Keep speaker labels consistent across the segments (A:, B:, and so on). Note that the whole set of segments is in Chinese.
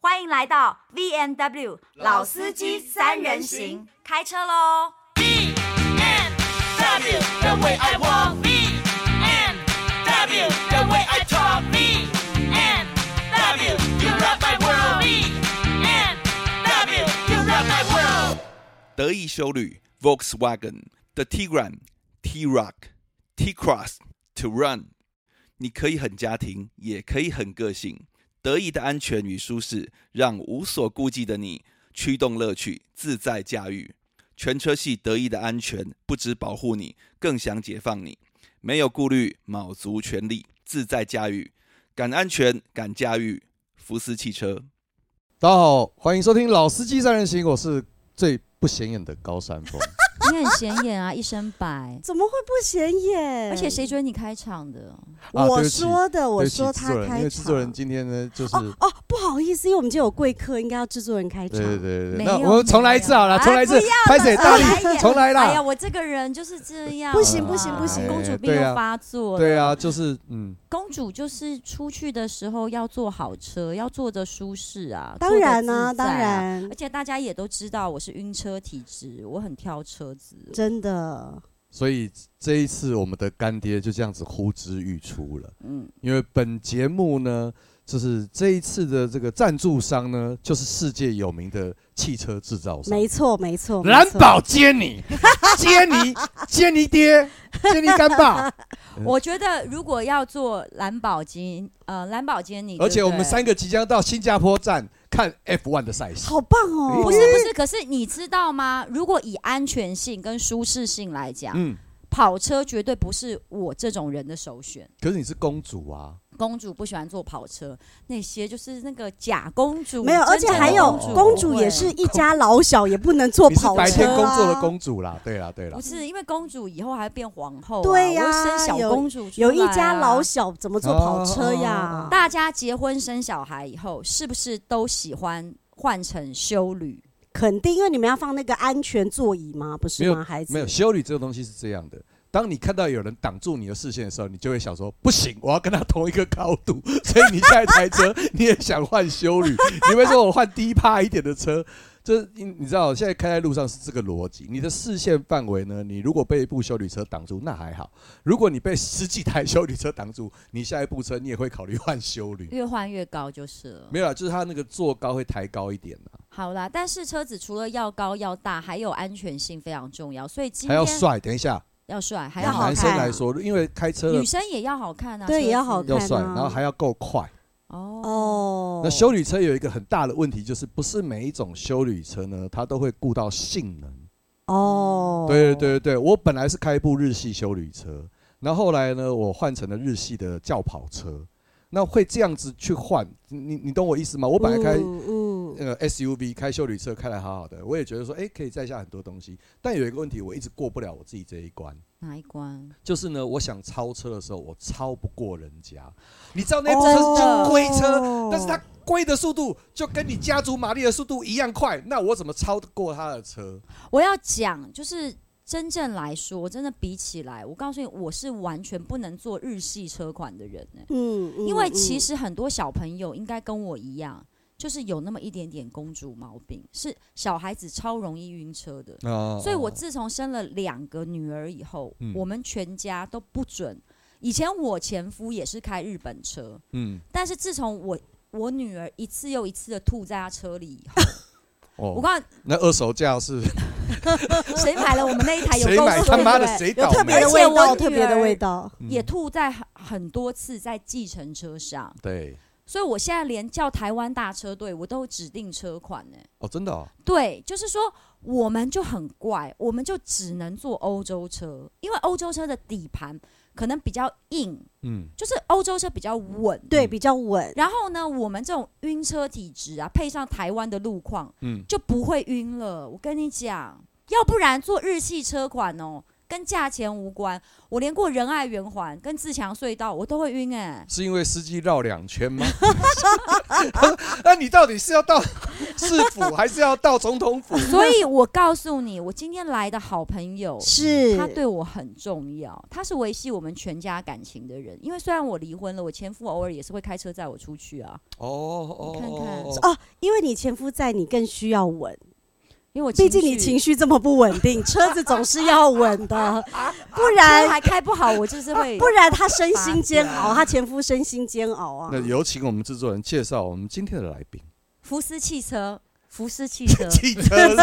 A: 欢迎来到 V N W 老司机三人行，开车喽！
B: B and W, the way I walk. B and W, the way I talk. B and W, you rock my world. B and W, you rock my world.
C: 德意修旅 Volkswagen 的 Tiguan、T-Roc、T-Cross、Touran，你可以很家庭，也可以很个性。德意的安全与舒适，让无所顾忌的你驱动乐趣自在驾驭。全车系德意的安全不只保护你，更想解放你，没有顾虑，卯足全力自在驾驭，敢安全，敢驾驭。福斯汽车，
D: 大家好，欢迎收听《老司机三人行》，我是最不显眼的高山 峰。
E: 你很显眼啊，一身白，
F: 怎么会不显眼？
E: 而且谁准你开场的？
D: 啊对
F: 我
D: 不起
F: 说的，我
D: 对不起
F: 说
D: 制
F: 他
D: 作人因
F: 开
D: 为制作人
F: 场。
D: 今天呢，就是、
F: 哦哦，不好意思，因为我们今天有贵客，应该要制作人开场。
D: 对对对对，
E: 没
D: 那
E: 有
D: 我们重来一次好了，
E: 没有
D: 重来一次
E: 哎不要，
D: 拍谁
E: 了重
D: 大
E: 来一
D: 力，
E: 点
D: 重来
E: 哎呀，
D: 啦！
E: 我这个人就是这样啊，
F: 不行不行不行
E: 公主病
D: 对
E: 又
D: 啊
E: 发作了。
D: 对啊，就是嗯，
E: 公主就是出去的时候要坐好车，要坐着舒适啊，
F: 当然
E: 坐
F: 呢、
E: 得自在
F: 当。然
E: 而，且大家也都知道我是晕车体质，我很挑车子。
F: 真的
D: 所以这一次我们的干爹就这样子呼之欲出了，
E: 嗯，
D: 因为本节目呢，就是这一次的这个赞助商呢，就是世界有名的汽车制造商
F: 没错没错。没
D: 蓝
F: 错
D: 宝接你，接你，接你爹，接你干爸。
E: 我觉得如果要坐蓝宝坚，呃，蓝宝坚尼，
D: 而且
E: 对不
D: 我
E: 对
D: 们三个即将到新加坡站看 F1 的赛事。
F: 好棒哦！
E: 不是不是，可是你知道吗？如果以安全性跟舒适性来讲，
D: 嗯，
E: 跑车绝对不是我这种人的首选。
D: 可是你是公主啊，
E: 公主不喜欢坐跑车，那些就是那个假公主，
F: 没有，而
E: 真
F: 且
E: 正的
F: 还有
D: 公主
F: 公主也是一家老小，也不能坐
D: 你是
F: 跑车、啊。
D: 白天工作的公主啦，对啦对啦
E: 不。是因为公主以后还变皇后啊、
F: 对呀
E: 我会生小公主出来啊
F: 有一家老。小怎么坐
D: 哦
F: 跑车呀？
E: 大家结婚生小孩以后，是不是都喜欢换成修女？
F: 肯定，因为你们要放那个安全座椅吗？不是
D: 没
F: 吗，
D: 有
F: 孩子？
D: 没有，修理这个东西是这样的。当你看到有人挡住你的视线的时候，你就会想说：不行，我要跟他同一个高度。 所以你下一台车， 你也想换修旅，你会说我换低趴一点的车。就是你你知道，现在开在路上是这个逻辑。你的视线范围呢？你如果被一部修理车挡住，那还好；如果你被十几台修理车挡住，你下一部车你也会考虑换修旅。
E: 越换越高就是了。
D: 没有啦，就是它那个坐高会抬高一点啦，
E: 好啦，但是车子除了要高要大，还有安全性非常重要。所以今
D: 还
E: 天
D: 要帅。等一下，
E: 要帅，还
D: 以
E: 要好
D: 男
E: 看。
D: 生来说，因为开车的
E: 女生也要好看啊，
F: 对
E: 车子
F: 也要好看
D: 要帅，
F: 啊
D: 然后还要够快。
E: 哦。
F: 哦，
D: 那修理车有一个很大的问题，就是不是每一种修理车呢，它都会顾到性能。
F: 哦，
D: 对对对对，我本来是开一部日系修理车，然后后来呢，我换成了日系的轿跑车。那会这样子去换，你你懂我意思吗？我本来开呃
F: 嗯
D: 那个 SUV 开修理车开的好好的，我也觉得说，哎，可以载下很多东西。但有一个问题，我一直过不了我自己这一关，
E: 哪一关？
D: 就是呢，我想超车的时候，我超不过人家。你知道那部
E: 哦
D: 车就龟车，但是它
F: 他
D: 龟的速度就跟你加足马力的速度一样快，那我怎么超得过他的车？
E: 我要讲，就是真正来说，真的比起来，我告诉你，我是完全不能坐日系车款的人呢、
F: 嗯，嗯
E: 因为其
F: 嗯
E: 实很多小朋友应该跟我一样，就是有那么一点点公主毛病，是小孩子超容易晕车的。
D: 啊
E: 所以我自从生了两个女儿以后，
D: 嗯
E: 我们全家都不准。以前我前夫也是开日本车，
D: 嗯，
E: 但是自从我我女儿一次又一次的吐在她车里以后， 我
D: 哦，
E: 告诉
D: 那二手价是
E: 你，谁买了我们那一台有
D: 谁
E: 够
D: 买
E: 说
D: 哎他妈的
F: 对
D: 谁
F: 有
D: 倒
F: 特
D: 霉
F: 别？的味
E: 而且我
F: 道，
E: 女
F: 特别的
E: 儿
F: 味道。
D: 嗯
E: 也吐在很很多次在计程车上，
D: 对
E: 所以我现在连叫台湾大车队我都指定车款呢、
D: 哦，真的哦，
E: 对，就是说我们就很怪，我们就只能坐欧洲车，因为欧洲车的底盘可能比较硬，
D: 嗯，
E: 就是欧洲车比较稳。
F: 对，比较稳。
E: 然后呢，我们这种晕车体质啊，配上台湾的路况，
D: 嗯
E: 就不会晕了。我跟你讲，要不然坐日系车款哦，跟价钱无关。我连过仁爱圆环跟自强隧道我都会晕 哎、
D: 是因为司机绕两圈 吗？那你到底是要到市府，还是要到总统府？
E: 所以我告诉你，我今天来的好朋友
F: 是
E: 他对我很重要，他是维系我们全家感情的人。因为虽然我离婚了，我前夫偶尔也是会开车载我出去啊，
D: 哦哦，
E: 你看看
D: 哦
F: 哦，因为你前夫在，你更需要稳。
E: 因为我
F: 毕竟你
E: 情
F: 情
E: 绪
F: 绪这么不稳定，车子总是要稳 的，不然
E: 车 还开不好，我就是会
F: 不然他身心煎熬，他前夫身心煎熬啊
D: 那。有请我们制作人介绍我们今天的来宾。
E: 福斯汽车，福斯汽车，
D: 汽 车是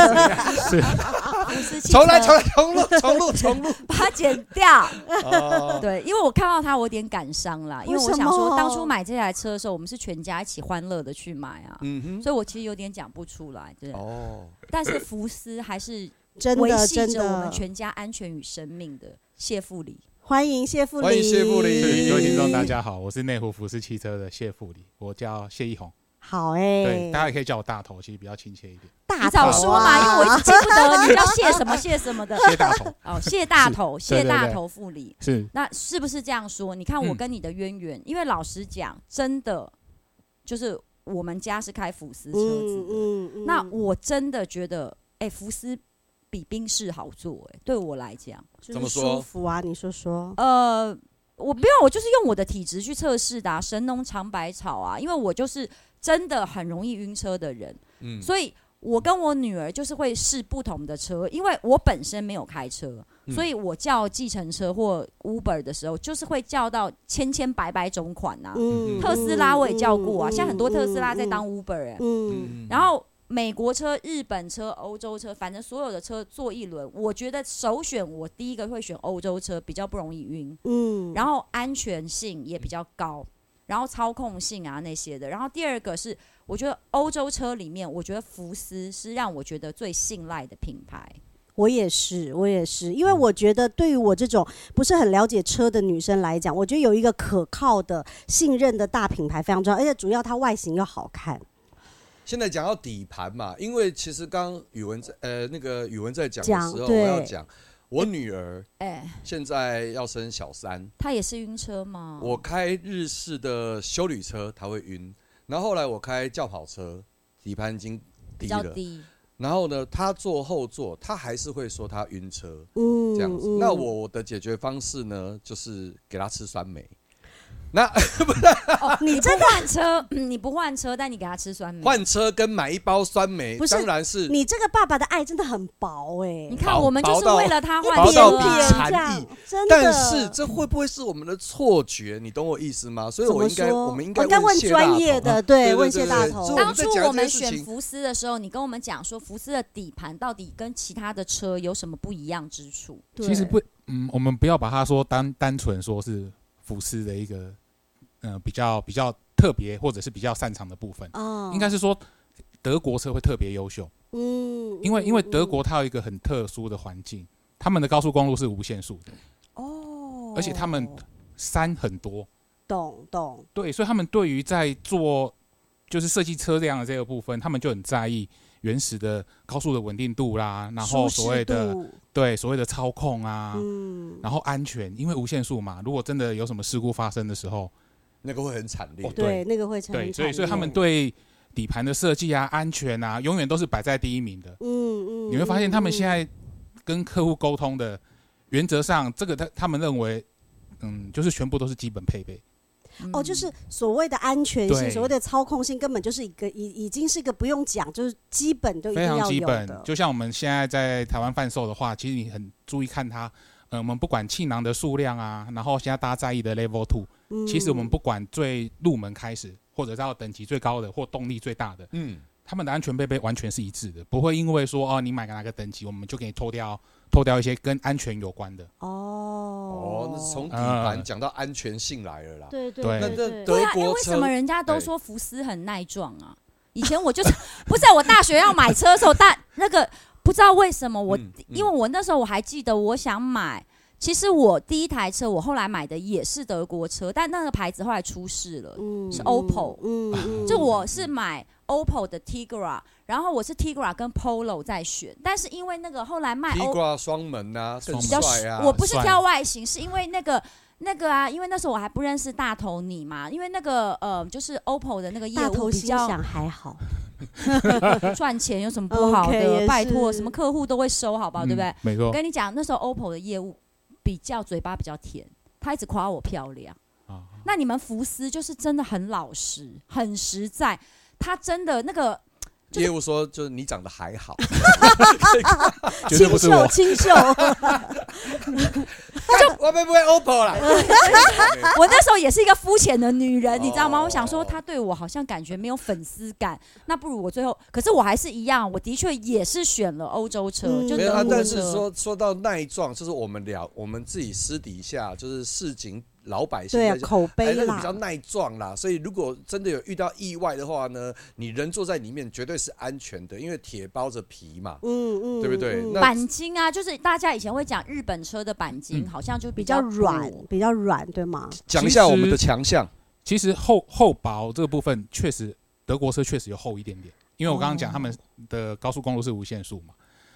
D: 谁啊
E: 福斯汽车，
D: 重来，重来，重录，重 录，重录。
E: 把它剪掉。
D: 哦
E: 对，因为我看到它，我有点感伤啦，因为我
F: 为什
E: 想说，
F: 么
E: 当初买这台车的时候，我们是全家一起欢乐的去买啊。
D: 嗯哼，
E: 所以我其实有点讲不出来，对。
D: 哦，
E: 但是福斯还是
F: 真
E: 维
F: 的
E: 系
F: 真
E: 着我们
F: 的，
E: 全家安全与生命的谢富里。
F: 欢迎谢富林，
D: 欢迎谢富林
G: 对各位听众大家好，我是内湖福斯汽车的谢富理，我叫谢一红，
F: 好
G: 对，
F: 哎
G: 大，家也可以叫我大头，其实比较亲切一点，
E: 你
F: 大
E: 早
F: 头
E: 说嘛，因
F: 啊
E: 为我一直记不得你叫谢什么谢什么的。
G: 谢大头
E: 哦，谢大头，
G: 是对
E: 谢
G: 对
E: 大
G: 对
E: 头富里。
G: 是
E: 那是不是这样说？你看我
G: 嗯
E: 跟你的渊源，因为老实讲，真的就是我们家是开福斯车子的。
F: 嗯
E: 那我真的觉得，哎、福斯比宾士好做、哎，对我来讲，
F: 就
C: 怎么
F: 是
C: 说
F: 舒服啊，你说说，
E: 呃，我不用，我就是用我的体质去测试的、啊，神农尝百草啊，因为我就是真的很容易晕车的人，
C: 嗯，
E: 所以我跟我女儿就是会试不同的车，因为我本身没有开车，
C: 嗯
E: 所以我叫计程车或 Uber 的时候，就是会叫到千千百百种款啊，
C: 嗯
E: 特斯拉我也叫过啊，
F: 嗯
E: 现在很多特斯拉在当，
F: 嗯
E: Uber 哎、
F: 嗯，
E: 然后美国车、日本车、欧洲车，反正所有的车坐一轮，我觉得首选我第一个会选欧洲车，比较不容易晕，
F: 嗯，
E: 然
F: 后
E: 后安全性也比较高，然后操控性啊那些的。然后第二个是，我觉得欧洲车里面，我觉得福斯是让我觉得最信赖的品牌。
F: 我也是，我也是，因为我觉得对于我这种不是很了解车的女生来讲，我觉得有一个可靠的、信任的大品牌非常重要，而且主要它外形又好看，
D: 现在讲到底盘嘛，因为其实刚刚宇文在呃那个宇文在讲
F: 讲
D: 的时候，我
F: 对
D: 要讲我女儿
E: 哎、
D: 现在要生小三，
E: 它也是晕车吗？
D: 我开日式的修旅车她会晕，然后后来我开轿跑车，底盘已经
E: 比
D: 低
E: 较
D: 了，
E: 低，
D: 然后呢，她坐后座，她还是会说她晕车
F: 嗯，
D: 这样子。那我的解决方式呢，就是给她吃酸梅。那
E: 你真的换车，嗯你不换车，但你给他吃酸梅。
D: 换车跟买一包酸梅，
F: 不是
D: 当然 是
F: 你这个爸爸的爱真的很薄哎
E: 你，看，
D: 薄
E: 我们就是
D: 薄到
E: 为了他换
D: 薄
E: 车啊、
D: 到比
F: 这
D: 蝉翼
F: 样，真的。
E: 欸
D: 但是这会不会是我们的错觉？你懂我意思吗？所以
F: 怎
D: 我
F: 么
D: 应该，
F: 说？
D: 我们应该
F: 应该问
D: 谢大头
F: 专业的，
D: 对
F: 对，
D: 对
F: 问
D: 对
F: 谢
D: 对
F: 大
D: 对
F: 头
D: 这。我
E: 当
D: 们在
E: 初
D: 讲
E: 我
D: 这
E: 们
D: 件事
E: 选
D: 情
E: 福斯的时候，你跟我们讲说福斯的底盘到底跟其他的车有什么不一样之处？
G: 其实不，嗯，我们不要把它说单单纯说是福斯的一个，嗯，比较比较特别或者是比较擅长的部分，
F: 哦，
G: 应该是说德国车会特别优秀，
F: 嗯，
G: 因为因为德
F: 嗯
G: 国它有一个很特殊的环境，他们的高速公路是无限速的，
F: 哦，
G: 而且他们山很多，
F: 懂懂，
G: 对，所以他们对于在做就是设计车辆的这个部分，他们就很在意原始的高速的稳定度啦，然后
F: 舒
G: 所谓
F: 适
G: 的
F: 度
G: 对所谓的操控啊，
F: 嗯，
G: 然后安全，因为无限速嘛，如果真的有什么事故发生的时候，
D: 那个会很惨烈
G: 哦。
F: 对那个会成
G: 对，所以所以他们
F: 对，
G: 对底盘的设计啊、安全啊，永远都是摆在第一名的。
F: 嗯嗯，
G: 你会发现他们
F: 嗯
G: 现在跟客户沟通的原则上，这个他他们认为，嗯，就是全部都是基本配备。
F: 哦，
E: 嗯
F: 就是所谓的安全性，
G: 对
F: 所谓的操控性，根本就是一个已已经是一个不用讲，就是基本都一定
G: 非常
F: 要
G: 基
F: 有
G: 本
F: 的。。
G: 就像我们现在在台湾贩售的话，其实你很注意看它，呃，我们不管气囊的数量啊，然后现在大家在意的 Level Two，、其实我
F: 嗯
G: 们不管最入门开始，或者到等级最高的或动力最大的，
D: 嗯，
G: 他们的安全配备完全是一致的，不会因为说哦你买个哪个等级，我们就给你偷掉偷掉一些跟安全有关的。
F: 哦
D: 哦，那是从底
G: 呃
D: 盘讲到安全性来了啦。
F: 对对
G: 对
D: 那那
E: 对
D: 德
E: 啊，因为
D: 国
E: 为什
D: 车
E: 么人家都
D: 对
E: 说福斯很耐撞啊？以前我就是 不是啊我大学要买车的时候，大 那个不知道为什么我，
D: 嗯嗯
E: 因为我那时候我还记得我想买。其实我第一台车，我后来买的也是
D: 哦
E: 德国车，但那个牌子后来出事了，
F: 嗯
E: 是 OPPO
F: 嗯，嗯
E: 就我是买 OPPO 的 Tigra，然后我是 Tigra 跟 Polo 在选，但是因为那个后来卖 OPPO
D: ，Tigra 双门呐，更
E: 比较
D: 帅啊！
E: 我不是
G: 帅
E: 挑外形，是因为那个那个啊，因为那时候我还不认识大头你嘛，因为那个呃，就是 OPPO 的那个业
F: 大
E: 务
F: 头
E: 比
F: 心
E: 较
F: 想还 好，
E: 赚钱，有什么不好
F: OK，也
E: 的？
F: 是
E: 拜托，什么客户都会收，好不好？对不对
G: 嗯？？没错
E: 我，跟你讲，那时候 OPPO 的业务比较嘴巴比较甜，他一直夸我漂亮。
G: 啊
E: 那你们福斯就是真的很老实，很实在，他真的那个就是
D: 业务说就是你长得还好，
G: 绝对
F: 清
G: 不是
F: 秀
G: 我。
F: 清秀，
D: 我会不会 OPPO 啦？
E: 我那时候也是一个肤浅的女人，你知道吗？
D: 哦
E: 我想说，她对我好像感觉没有粉丝感，那不如我最后，可是我还是一样，我的确也是选了欧洲车，
F: 嗯
E: 就
D: 没有
E: 德
D: 啊，
E: 国
D: 但是
E: 车。
D: 说说到耐撞，就是我们聊我们自己私底下就是市井老百 姓
F: 对啊，
D: 在讲
F: 口
D: 哎，
F: 碑
D: 那个比
F: 啦
D: 较，耐撞啦，所以如果真的有遇到意外的话呢，你人坐在里面绝对是安全的，因为铁包着皮嘛。
F: 嗯嗯，
D: 对不对
F: 嗯
D: 那
E: 钣金啊，就是大家以前会讲日本车的钣金，
G: 嗯
E: 好像就
F: 比
E: 比
F: 较
E: 较
F: 软，比较软，对吗？
D: 讲一下
G: 其实
D: 我们的强项，
G: 其实厚厚薄这个部分，确实德国车确实有厚一点点，因为我刚刚讲他们的高速公路是无限速嘛。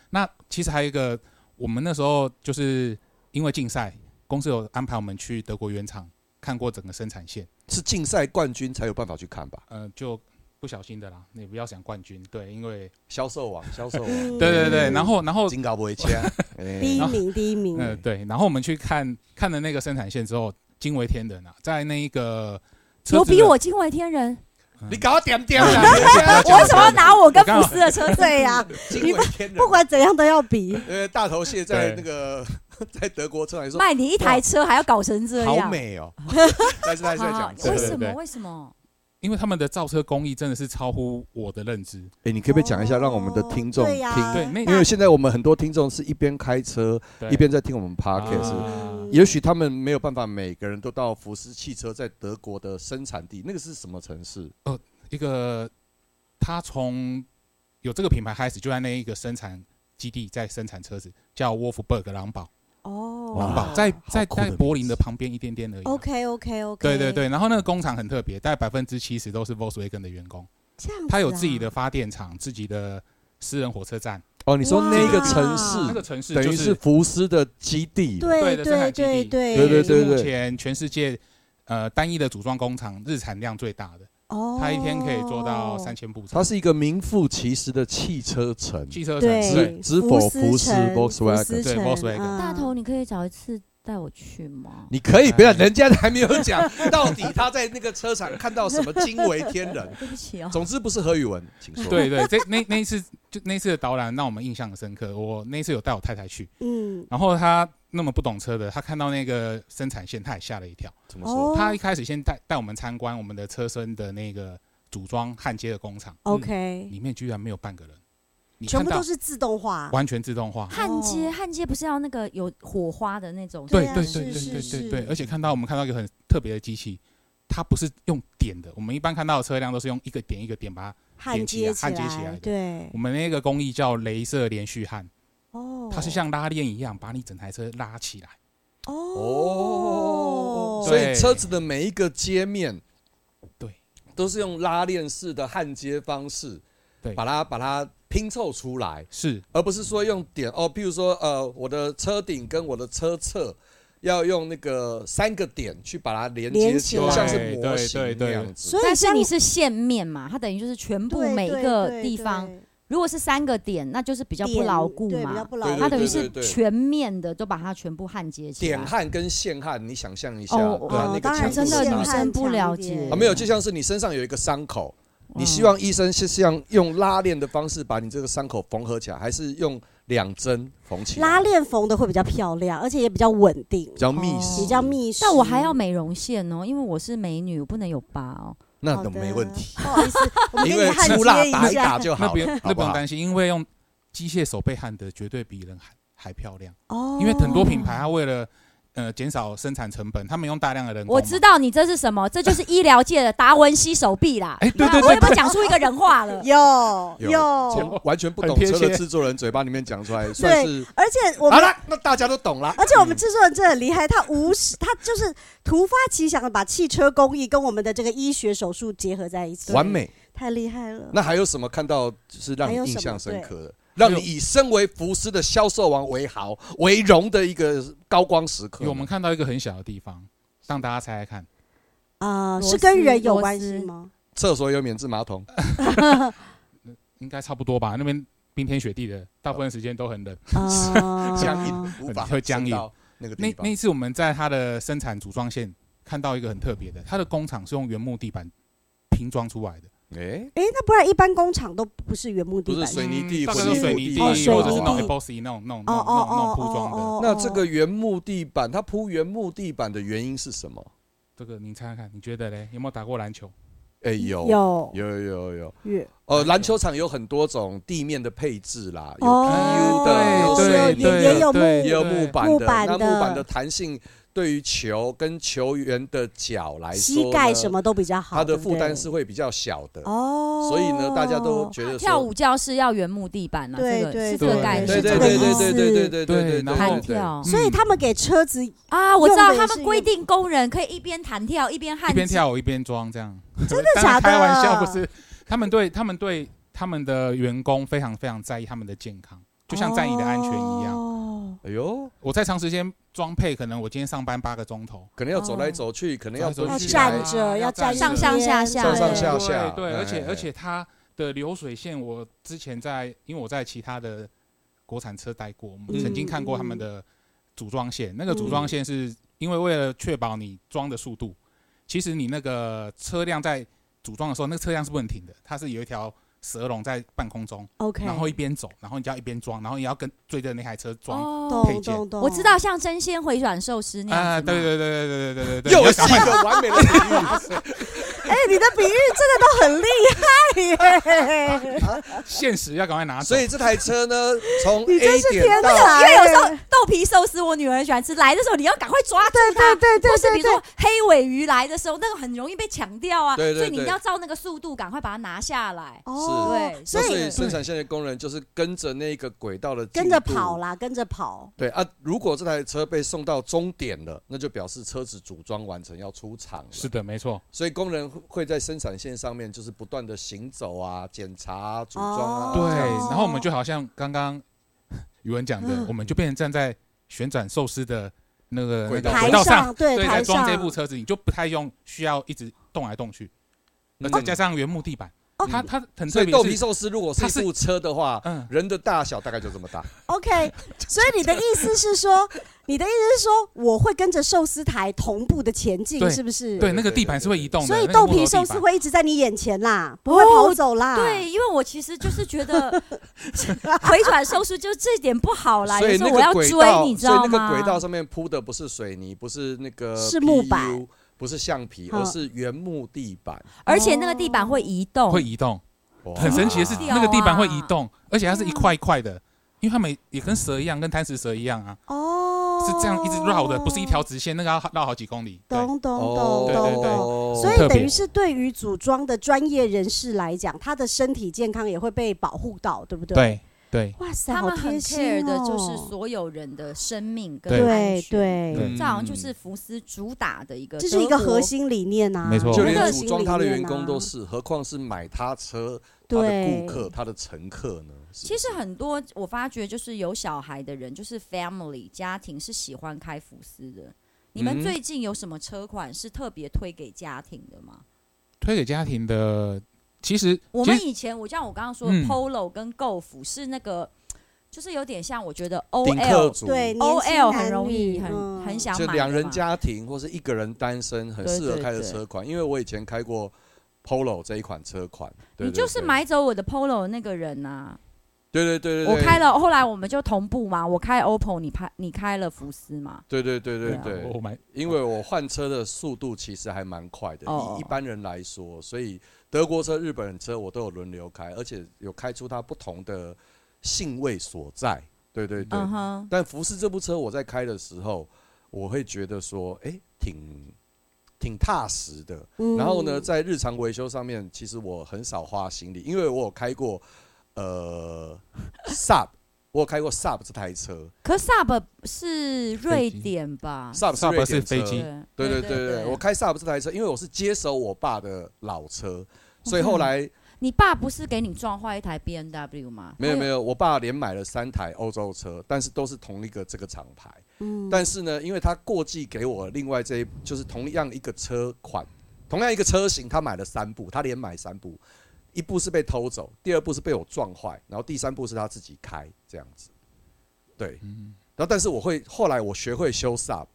G: 那其实还有一个，我们那时候就是因为竞赛，公司有安排我们去德国原厂看过整个生产线，
D: 是竞赛冠军才有办法去看吧？
G: 呃，就不小心的啦，你不要想冠军，对，因为
D: 销售网，销售
F: 嗯
D: 网，嗯
G: 对对对，然后然后
D: 金高不会切。
F: 第一
D: 哎
F: 名，第一名，
G: 嗯，对，然后我们去看看了那个生产线之后，惊为天人啊！在那一个车
E: 有
G: 子的
E: 比我惊为天人。
D: 你搞我点点
G: 啊
D: 啦！
E: 我为什么要拿我跟
G: 我刚
E: 福
G: 好
E: 斯的车对
F: 对呀，
D: 惊为天人
F: 不管怎样都要 比，
D: 呃，大头蟹在
G: 对
D: 那个 在德国车来说
E: 卖你一台车还要搞成这
D: 好
E: 样？
D: 美哦，但是他还是在
E: 好
D: 讲这
E: 为
D: 个。
E: 什
G: 对对
E: 么？
G: 对
E: 为什么？
G: 因为他们的造车工艺真的是超乎我的认知。
D: 哎，你可
F: 可
D: 不可以讲一下，让我们的听众
F: 对呀
D: 听？
G: 对那
D: 因为现在我们很多听众是一边开车
G: 对
D: 一边在听我们 podcast，、
G: 啊
D: 也许他们没有办法每个人都到福斯汽车在德国的生产地，那个是什么城市？
G: 一个他从有这个品牌开始，就在那一个生产基地在生产车子，叫 Wolfberg 狼堡，狼
F: 哦
G: 堡在
D: 啊好
G: 在
D: 酷的
G: 在
D: 名
G: 柏林的
D: 字
G: 旁边一点点而已啊。
F: ，OK OK OK，
G: 对对，对，然后那个工厂很特别，大概百分之七十都是 Volkswagen 的员工，
F: 这样子啊
G: 他有自己的发电厂、自己的私人火车站。
D: 哦，你说
F: 哇
D: 那个城
G: 那个
D: 市
G: 城市
D: 等
G: 就
D: 于是福斯的基地，
F: 对
G: 对的生
F: 对
G: 产基
F: 对
G: 地
F: 对
D: 对对对
G: 目前全世界呃单一的组装工厂日产量最大的，
F: 哦，
G: 它一天可以做到三千部
D: 它
G: 车。
D: 是一个名副其实的汽车城。
G: 汽车城
F: 对
G: 对，
D: 知知否福斯
F: 城
D: Volkswagen
F: 福斯
G: 对
F: 城
G: Volkswagen
F: 嗯
E: 大头，你可以找一次带我去吗？
D: 你可以不要，人家还没有讲到底他在那个车厂看到什么惊为天 人。
E: 对不起哦。
D: 总之不是何宇文，请说。
G: 对对，这那那一次就那一次的导览让我们印象很深刻。我那一次有带我太太去，
F: 嗯，
G: 然后她那么不懂车的，她看到那个生产线，她也吓了一跳。
D: 怎么说？
F: 哦
G: 她一开始先带带我们参观我们的车身的那个组装焊接的工厂，
F: ，OK，
G: 里面居然没有半个人，
F: 嗯
G: 你
F: 全
G: 看
F: 部都
G: 到
F: 是自动化，
G: 完全自动化，
E: 焊接，
F: 哦
E: 焊接不是要那个有火花的那种？
F: 对
G: 对
F: 啊
G: 对
F: 是
G: 对
F: 是
G: 对对对对
F: 是，
G: 而且看到我们看到一个很特别的机器，它不是用点的，我们一般看到的车辆都是用一个点一个点把它。
F: 焊接
G: 连接啊焊接起来的
F: 对
G: 我，们那个工艺叫镭射连续焊，
F: 哦，
G: 它是像拉链一样把你整台车拉起来。
F: 哦，
D: 所以
G: 对
D: 车子的每一个接面，
G: 对，
D: 都是用拉链式的焊接方式，
G: 对
D: 把它把它拼凑出来，
G: 是
D: 而不是说用点哦，譬如说呃，我的车顶跟我的车侧要用那个三个点去把它连接起来，
F: 连起来
D: 像是模型
G: 对对
D: 那
G: 对
D: 样子
F: 所。以
E: 但
F: 这
E: 是
F: 样
E: 你是线面嘛，它等于就是全部
F: 对
E: 每一
F: 对
E: 个
F: 对
E: 地
F: 对
E: 方，
F: 点
E: 如果是三个点，那就是比较不牢固
F: 对比较
E: 嘛。
F: 不牢
D: 对
F: 固，
E: 它等于
D: 对
E: 是
D: 对对
E: 全面的都把它全部焊接起
D: 点
E: 来。
D: 焊跟线焊，你想象一下，
E: 哦
D: 对
E: 哦
D: 啊那个
F: 当然
D: 强
E: 真
D: 度
E: 的
D: 是
F: 线
D: 哪
E: 女
D: 里
F: 焊
E: 生不了解
D: 啊，没有，就像是你身上有一个伤口，
F: 哦
D: 你希
E: 嗯
D: 望医生是像用拉链的方式把你这个伤口缝合起来，还是用两针缝起来？
F: 拉链缝的会比较漂亮，而且也比较稳定
D: 比，较密实，
F: 哦比较。密实。
E: 但我还要美容线哦，因为我是美女，我不能有疤哦。
D: 那
F: 好
D: 都
F: 的
D: 没问题，
F: 不好意思，哦我们给
D: 因
F: 你
D: 为
F: 焊
D: 粗蜡
F: 接
D: 打
F: 一
D: 一打
F: 下。
D: 就
G: 那
D: 好
G: 不用
D: 了，哦好
G: 那不
D: 好
G: 用？担心，因为用机械手被焊的绝对比人还还漂亮。
F: 哦
G: 因为很多品牌它为了呃减少生产成本，他们用大量的人工嘛。
E: 我知道你这是什么， 这就是医疗界的达文西手臂啦。
G: 哎对
E: 你看
G: 对对
E: 我有没有讲出一个人话 了？
F: 有
D: 有
F: 有，
D: 从完全不懂
G: 很贴
D: 车的
G: 切
D: 制作人嘴巴里面讲出来，算是
F: 而且我
D: 好
F: 们
D: 了，那大家都懂了。嗯
F: 而且我们制作人真的很厉害，他无时他就是突发奇想的把汽车工艺跟我们的这个医学手术结合在一起，
D: 完美，
F: 太厉害了。
D: 那还有什么看到就是让
F: 还
D: 你
F: 有
D: 印
F: 什
D: 象
F: 么
D: 深
F: 对
D: 刻的，让你以身为福斯的销售王为豪为荣的一个高光时刻呢？
G: 我们看到一个很小的地方，让大家猜猜看，
F: 啊、
E: 螺
F: 是跟
E: 丝
F: 人有
E: 螺
F: 关
E: 丝
F: 系吗？
D: 厕所有免治马桶，
G: 应该差不多吧？那边冰天雪地的，大部分时间都很冷。
F: 啊，
D: 僵硬无法
G: 会僵硬
D: 伸到那个
G: 那
D: 地方
G: 那一。次我们在它的生产组装线看到一个很特别的，它的工厂是用原木地板拼装出来的，
D: 哎，
F: 哎，那不然一般工厂都不是原木地
D: 不是
F: 板
D: 水
F: 吗，
D: 泥地
G: 大概
D: 混
G: 是嗯水
D: 凝土
G: 泥
D: 地
G: 地
F: 哦
G: 或
D: 板
G: 者是
F: 水泥
G: 那种
F: 地
G: epoxy 那种那种
F: 哦
G: 那
F: 哦
G: 种那种那种
F: 哦
G: 铺装的。
F: 哦哦，
D: 那这个原木地板，它铺原木地板的原因是什么？
G: 这个你猜猜看，你觉得嘞？有没有打过篮球？
D: 哎，有
F: 有
D: 有有有有。
F: 月
D: 哦，篮球场有很多种地面的配置啦，有
F: 哦
D: PU 的，有
F: 对
D: 水泥
F: 对
D: 的
F: 也有木
D: 也有木板
F: 木
D: 的，
F: 板
D: 那
F: 的
D: 木板的弹性对于球跟球员的脚来说呢，
F: 膝盖什么都比较好，
D: 它的
F: 对不
D: 负担
F: 对
D: 是会比较小的，
F: 哦，
D: 所以呢，大家都觉得说
E: 跳舞教室要原木地板啊，
F: 对
E: 这个
F: 对
E: 是这个
F: 对
E: 概念，
D: 对
E: 是这
D: 对
E: 个
F: 这
D: 对
E: 意
D: 对
E: 思
D: 对对对对对对
G: 然
D: 对，
G: 后
E: 弹跳
F: 所以他们给车子哦
E: 啊，我知道
F: 用的也
E: 他
F: 是
E: 们规定工人可以一边弹跳一边焊
G: 一边
E: 接
G: 跳舞一边装这样，真 的
F: 假的
G: 开玩笑不是，他们对他们对他们的员工非常非常在意他们的健康，就像在意你的安全一
F: 哦
G: 样。
F: 样。
D: 哎呦，
G: 我在长时间装配，可能我今天上班八个钟头，
D: 可能要走来走去，可能要
G: 走来
D: 蹲
F: 哦
G: 走
D: 起
G: 去
D: 来
F: 站着要站
E: 上上下下
D: 上上
F: 对
D: 下下
G: 对对，
D: 哎
G: 而且
D: 哎
G: 而且它的流水线，我之前在因为我在其他的国产车待过，我
D: 嗯
G: 们曾经看过他们的组装线，那个组装线是因为为了确保你装的速度，其实你那个车辆在组装的时候，那个车辆是不能停的，它是有一条蛇龙在半空中，
F: OK，
G: 然后一边走，然后你就要一边装，然后你要跟追着那台车装。
E: 哦
G: 配
F: 懂
G: 件
F: 懂懂，
E: 我知道像真鲜回转寿司那样
G: 啊，
E: 子嘛
G: 对对对对对对对对，你
D: 又
G: 要
D: 是
G: 赶
D: 一
G: 快
D: 个完美
G: 哦
D: 的比喻，
F: 哎，你的比喻真的都很厉害耶！
G: 现实要赶快拿走。
D: 所以这台车 呢，从
F: 你真
D: A
F: 是
D: 点
F: 天
D: 到
F: 才，
E: 因为有时候豆皮寿司，我女儿很喜欢吃，来的时候你要赶快抓住
F: 对
E: 它
F: 对。对
E: 或
F: 对
E: 是比
F: 对
E: 如说
F: 对，
E: 黑尾鱼来的时候，那个很容易被抢掉啊，
D: 对对
E: 所以你一
D: 对
E: 定要照那个速度赶快把它拿下来。
F: 哦，
E: 对
D: 那
F: 所
D: 所以
F: 以
D: 生产线的工人就是跟着那个轨道的
F: 跟着
D: 进度
F: 跑。啦，跟着跑，
D: 对啊，如果这台车被送到终点了，那就表示车子组装完成要出厂了。
G: 是的，没错。
D: 所以工人会会在生产线上面就是不断的行走啊、检查、啊、组装啊。
F: 哦
G: 对，
D: 这样
F: 哦
G: 然后我们就好像刚刚 宇文讲
F: 嗯
G: 的，我们就变成站在旋转寿司的那个
D: 轨
G: 那
D: 道
F: 台
G: 个轨道
D: 上
F: 上，对
G: 对，来
F: 台
G: 装
F: 上
G: 这部车子，你就不太用需要一直动来动去，
E: 嗯
G: 那再加上原木地板，
F: 哦
G: 它它很
D: 嗯所
G: 特
D: 以豆
G: 别
D: 皮
G: 是，
D: 寿司如果是
G: 它是
D: 一部车的话，
G: 嗯，
D: 人的大小大概就这么大。
F: OK，所以你的意思是说，你的意思是说，我会跟着寿司台同步的前进，
G: 对
F: 是不是？
G: 对，那个地板是会移动的，
F: 所以
G: 那个
F: 豆
G: 木头
F: 皮
G: 地
F: 寿司
G: 板
F: 会一直在你眼前啦，不会跑走啦。
E: 对，因为我其实就是觉 得回转寿司就这点不好啦，
D: 所
E: 有
D: 以
E: 时
D: 那
E: 候我要
D: 个轨道，
E: 追，你知
D: 所以
E: 道
D: 那个
E: 吗？
D: 轨道上面铺的不是水泥，不是那个
F: 是木板
D: PU，不是橡皮，
F: 嗯
D: 而是原木地板。
E: 而且那个地
F: 哦
E: 板会移动，
G: 会移动，
D: 哇
G: 很神奇的是
E: 哇
G: 那个地板会移动，而且它是一
F: 啊
G: 块一块的，因为它们也跟蛇一样，跟贪食蛇一样啊，
F: 哦，
G: 是这样一直绕的，不是一条直线，那个要绕好几公里。对。
F: 懂。懂
D: 哦
F: 懂懂懂。所
G: 特
F: 以
G: 别
F: 等于是对于组装的专业人士来讲，他的身体健康也会被保护到，对不对？。
G: 对对，
F: 哇塞，
E: 他
F: 好
E: 们很
F: 贴
E: care
F: 心
E: 的就
F: 哦
E: 是所有人的生命跟
G: 对
E: 安
F: 对
E: 全。
F: 对，
G: 对
E: 这好像
D: 嗯
E: 就是福斯主打的一个，
F: 这是一个核。心理念啊，
G: 没错
D: 嗯就
F: 那个
D: 连
F: 核
D: 组
F: 心
D: 装
F: 理
D: 他的
F: 念
D: 员工
F: 啊
D: 都是，何况是买他车他的
F: 对
D: 顾客、他的乘客呢？是
E: 其实很多我发觉就是有小孩的人，就是 family 家庭是喜欢开福斯的。你
D: 嗯
E: 们最近有什么车款是特别推给家庭的吗？
G: 推给家庭的，其实
E: 我
G: 其
E: 们
G: 实
E: 以前我像我刚刚说的
G: 嗯
E: Polo 跟 Golf 是那个，就是有点像我觉得
D: 顶客
E: OL
D: 族
F: 对年
E: OL
F: 轻
E: 很
F: 男
E: 容易
F: 女
E: 很
F: 嗯
E: 很想
D: 就
E: 买的
D: 两人
E: 嘛
D: 家庭或是一个人单身很
E: 对
D: 适合
E: 对
D: 开的
E: 对
D: 车款，因为我以前开过 Polo 这一款车款，对
E: 你
D: 对
E: 就是
D: 对
E: 买走我的 Polo 的那个人呐、
D: 对对对对，
E: 我
D: 对
E: 开，了，后来我们就同步嘛，我开 OPPO，你开你开了福斯嘛，
D: 对对对对
G: 啊
D: 对
G: 我，买
D: 因为我换车的速度其实还蛮快的，
E: 哦
D: 以一般人来说，所以德国车、日本人车我都有轮流开，而且有开出它不同的性味所在，对对对
E: 嗯。哼，
D: 但福斯这部车我在开的时候，我会觉得说，哎，挺挺踏实的，
F: 嗯
D: 然后呢，，在日常维修上面，其实我很少花心力，因为我有开过呃 Sub，我有开过 Sub 这台车
E: 可 Sub 是瑞
G: 飞机
E: 典吧？
D: ，Sub 是
G: Saab
D: 瑞典
G: 是飞
D: 车
G: 机
D: 啊对哦对对对，我开 Sub 这台车，因为我是接手我爸的老车，所以后来
E: 你爸不是给你撞坏一台 B N W 吗？
D: 没有没
E: 有，
D: 有，我爸连买了三台欧洲车，但是都是同一个这个厂牌。
E: 嗯
D: 但是呢，因为他过继给我另外这一就是同样一个车款，同样一个车型，他买了三部，他连买三部，一部是被偷走，第二部是被我撞坏，然后第三部是他自己开这样子。对，然后但是我会后来我学会修 sub，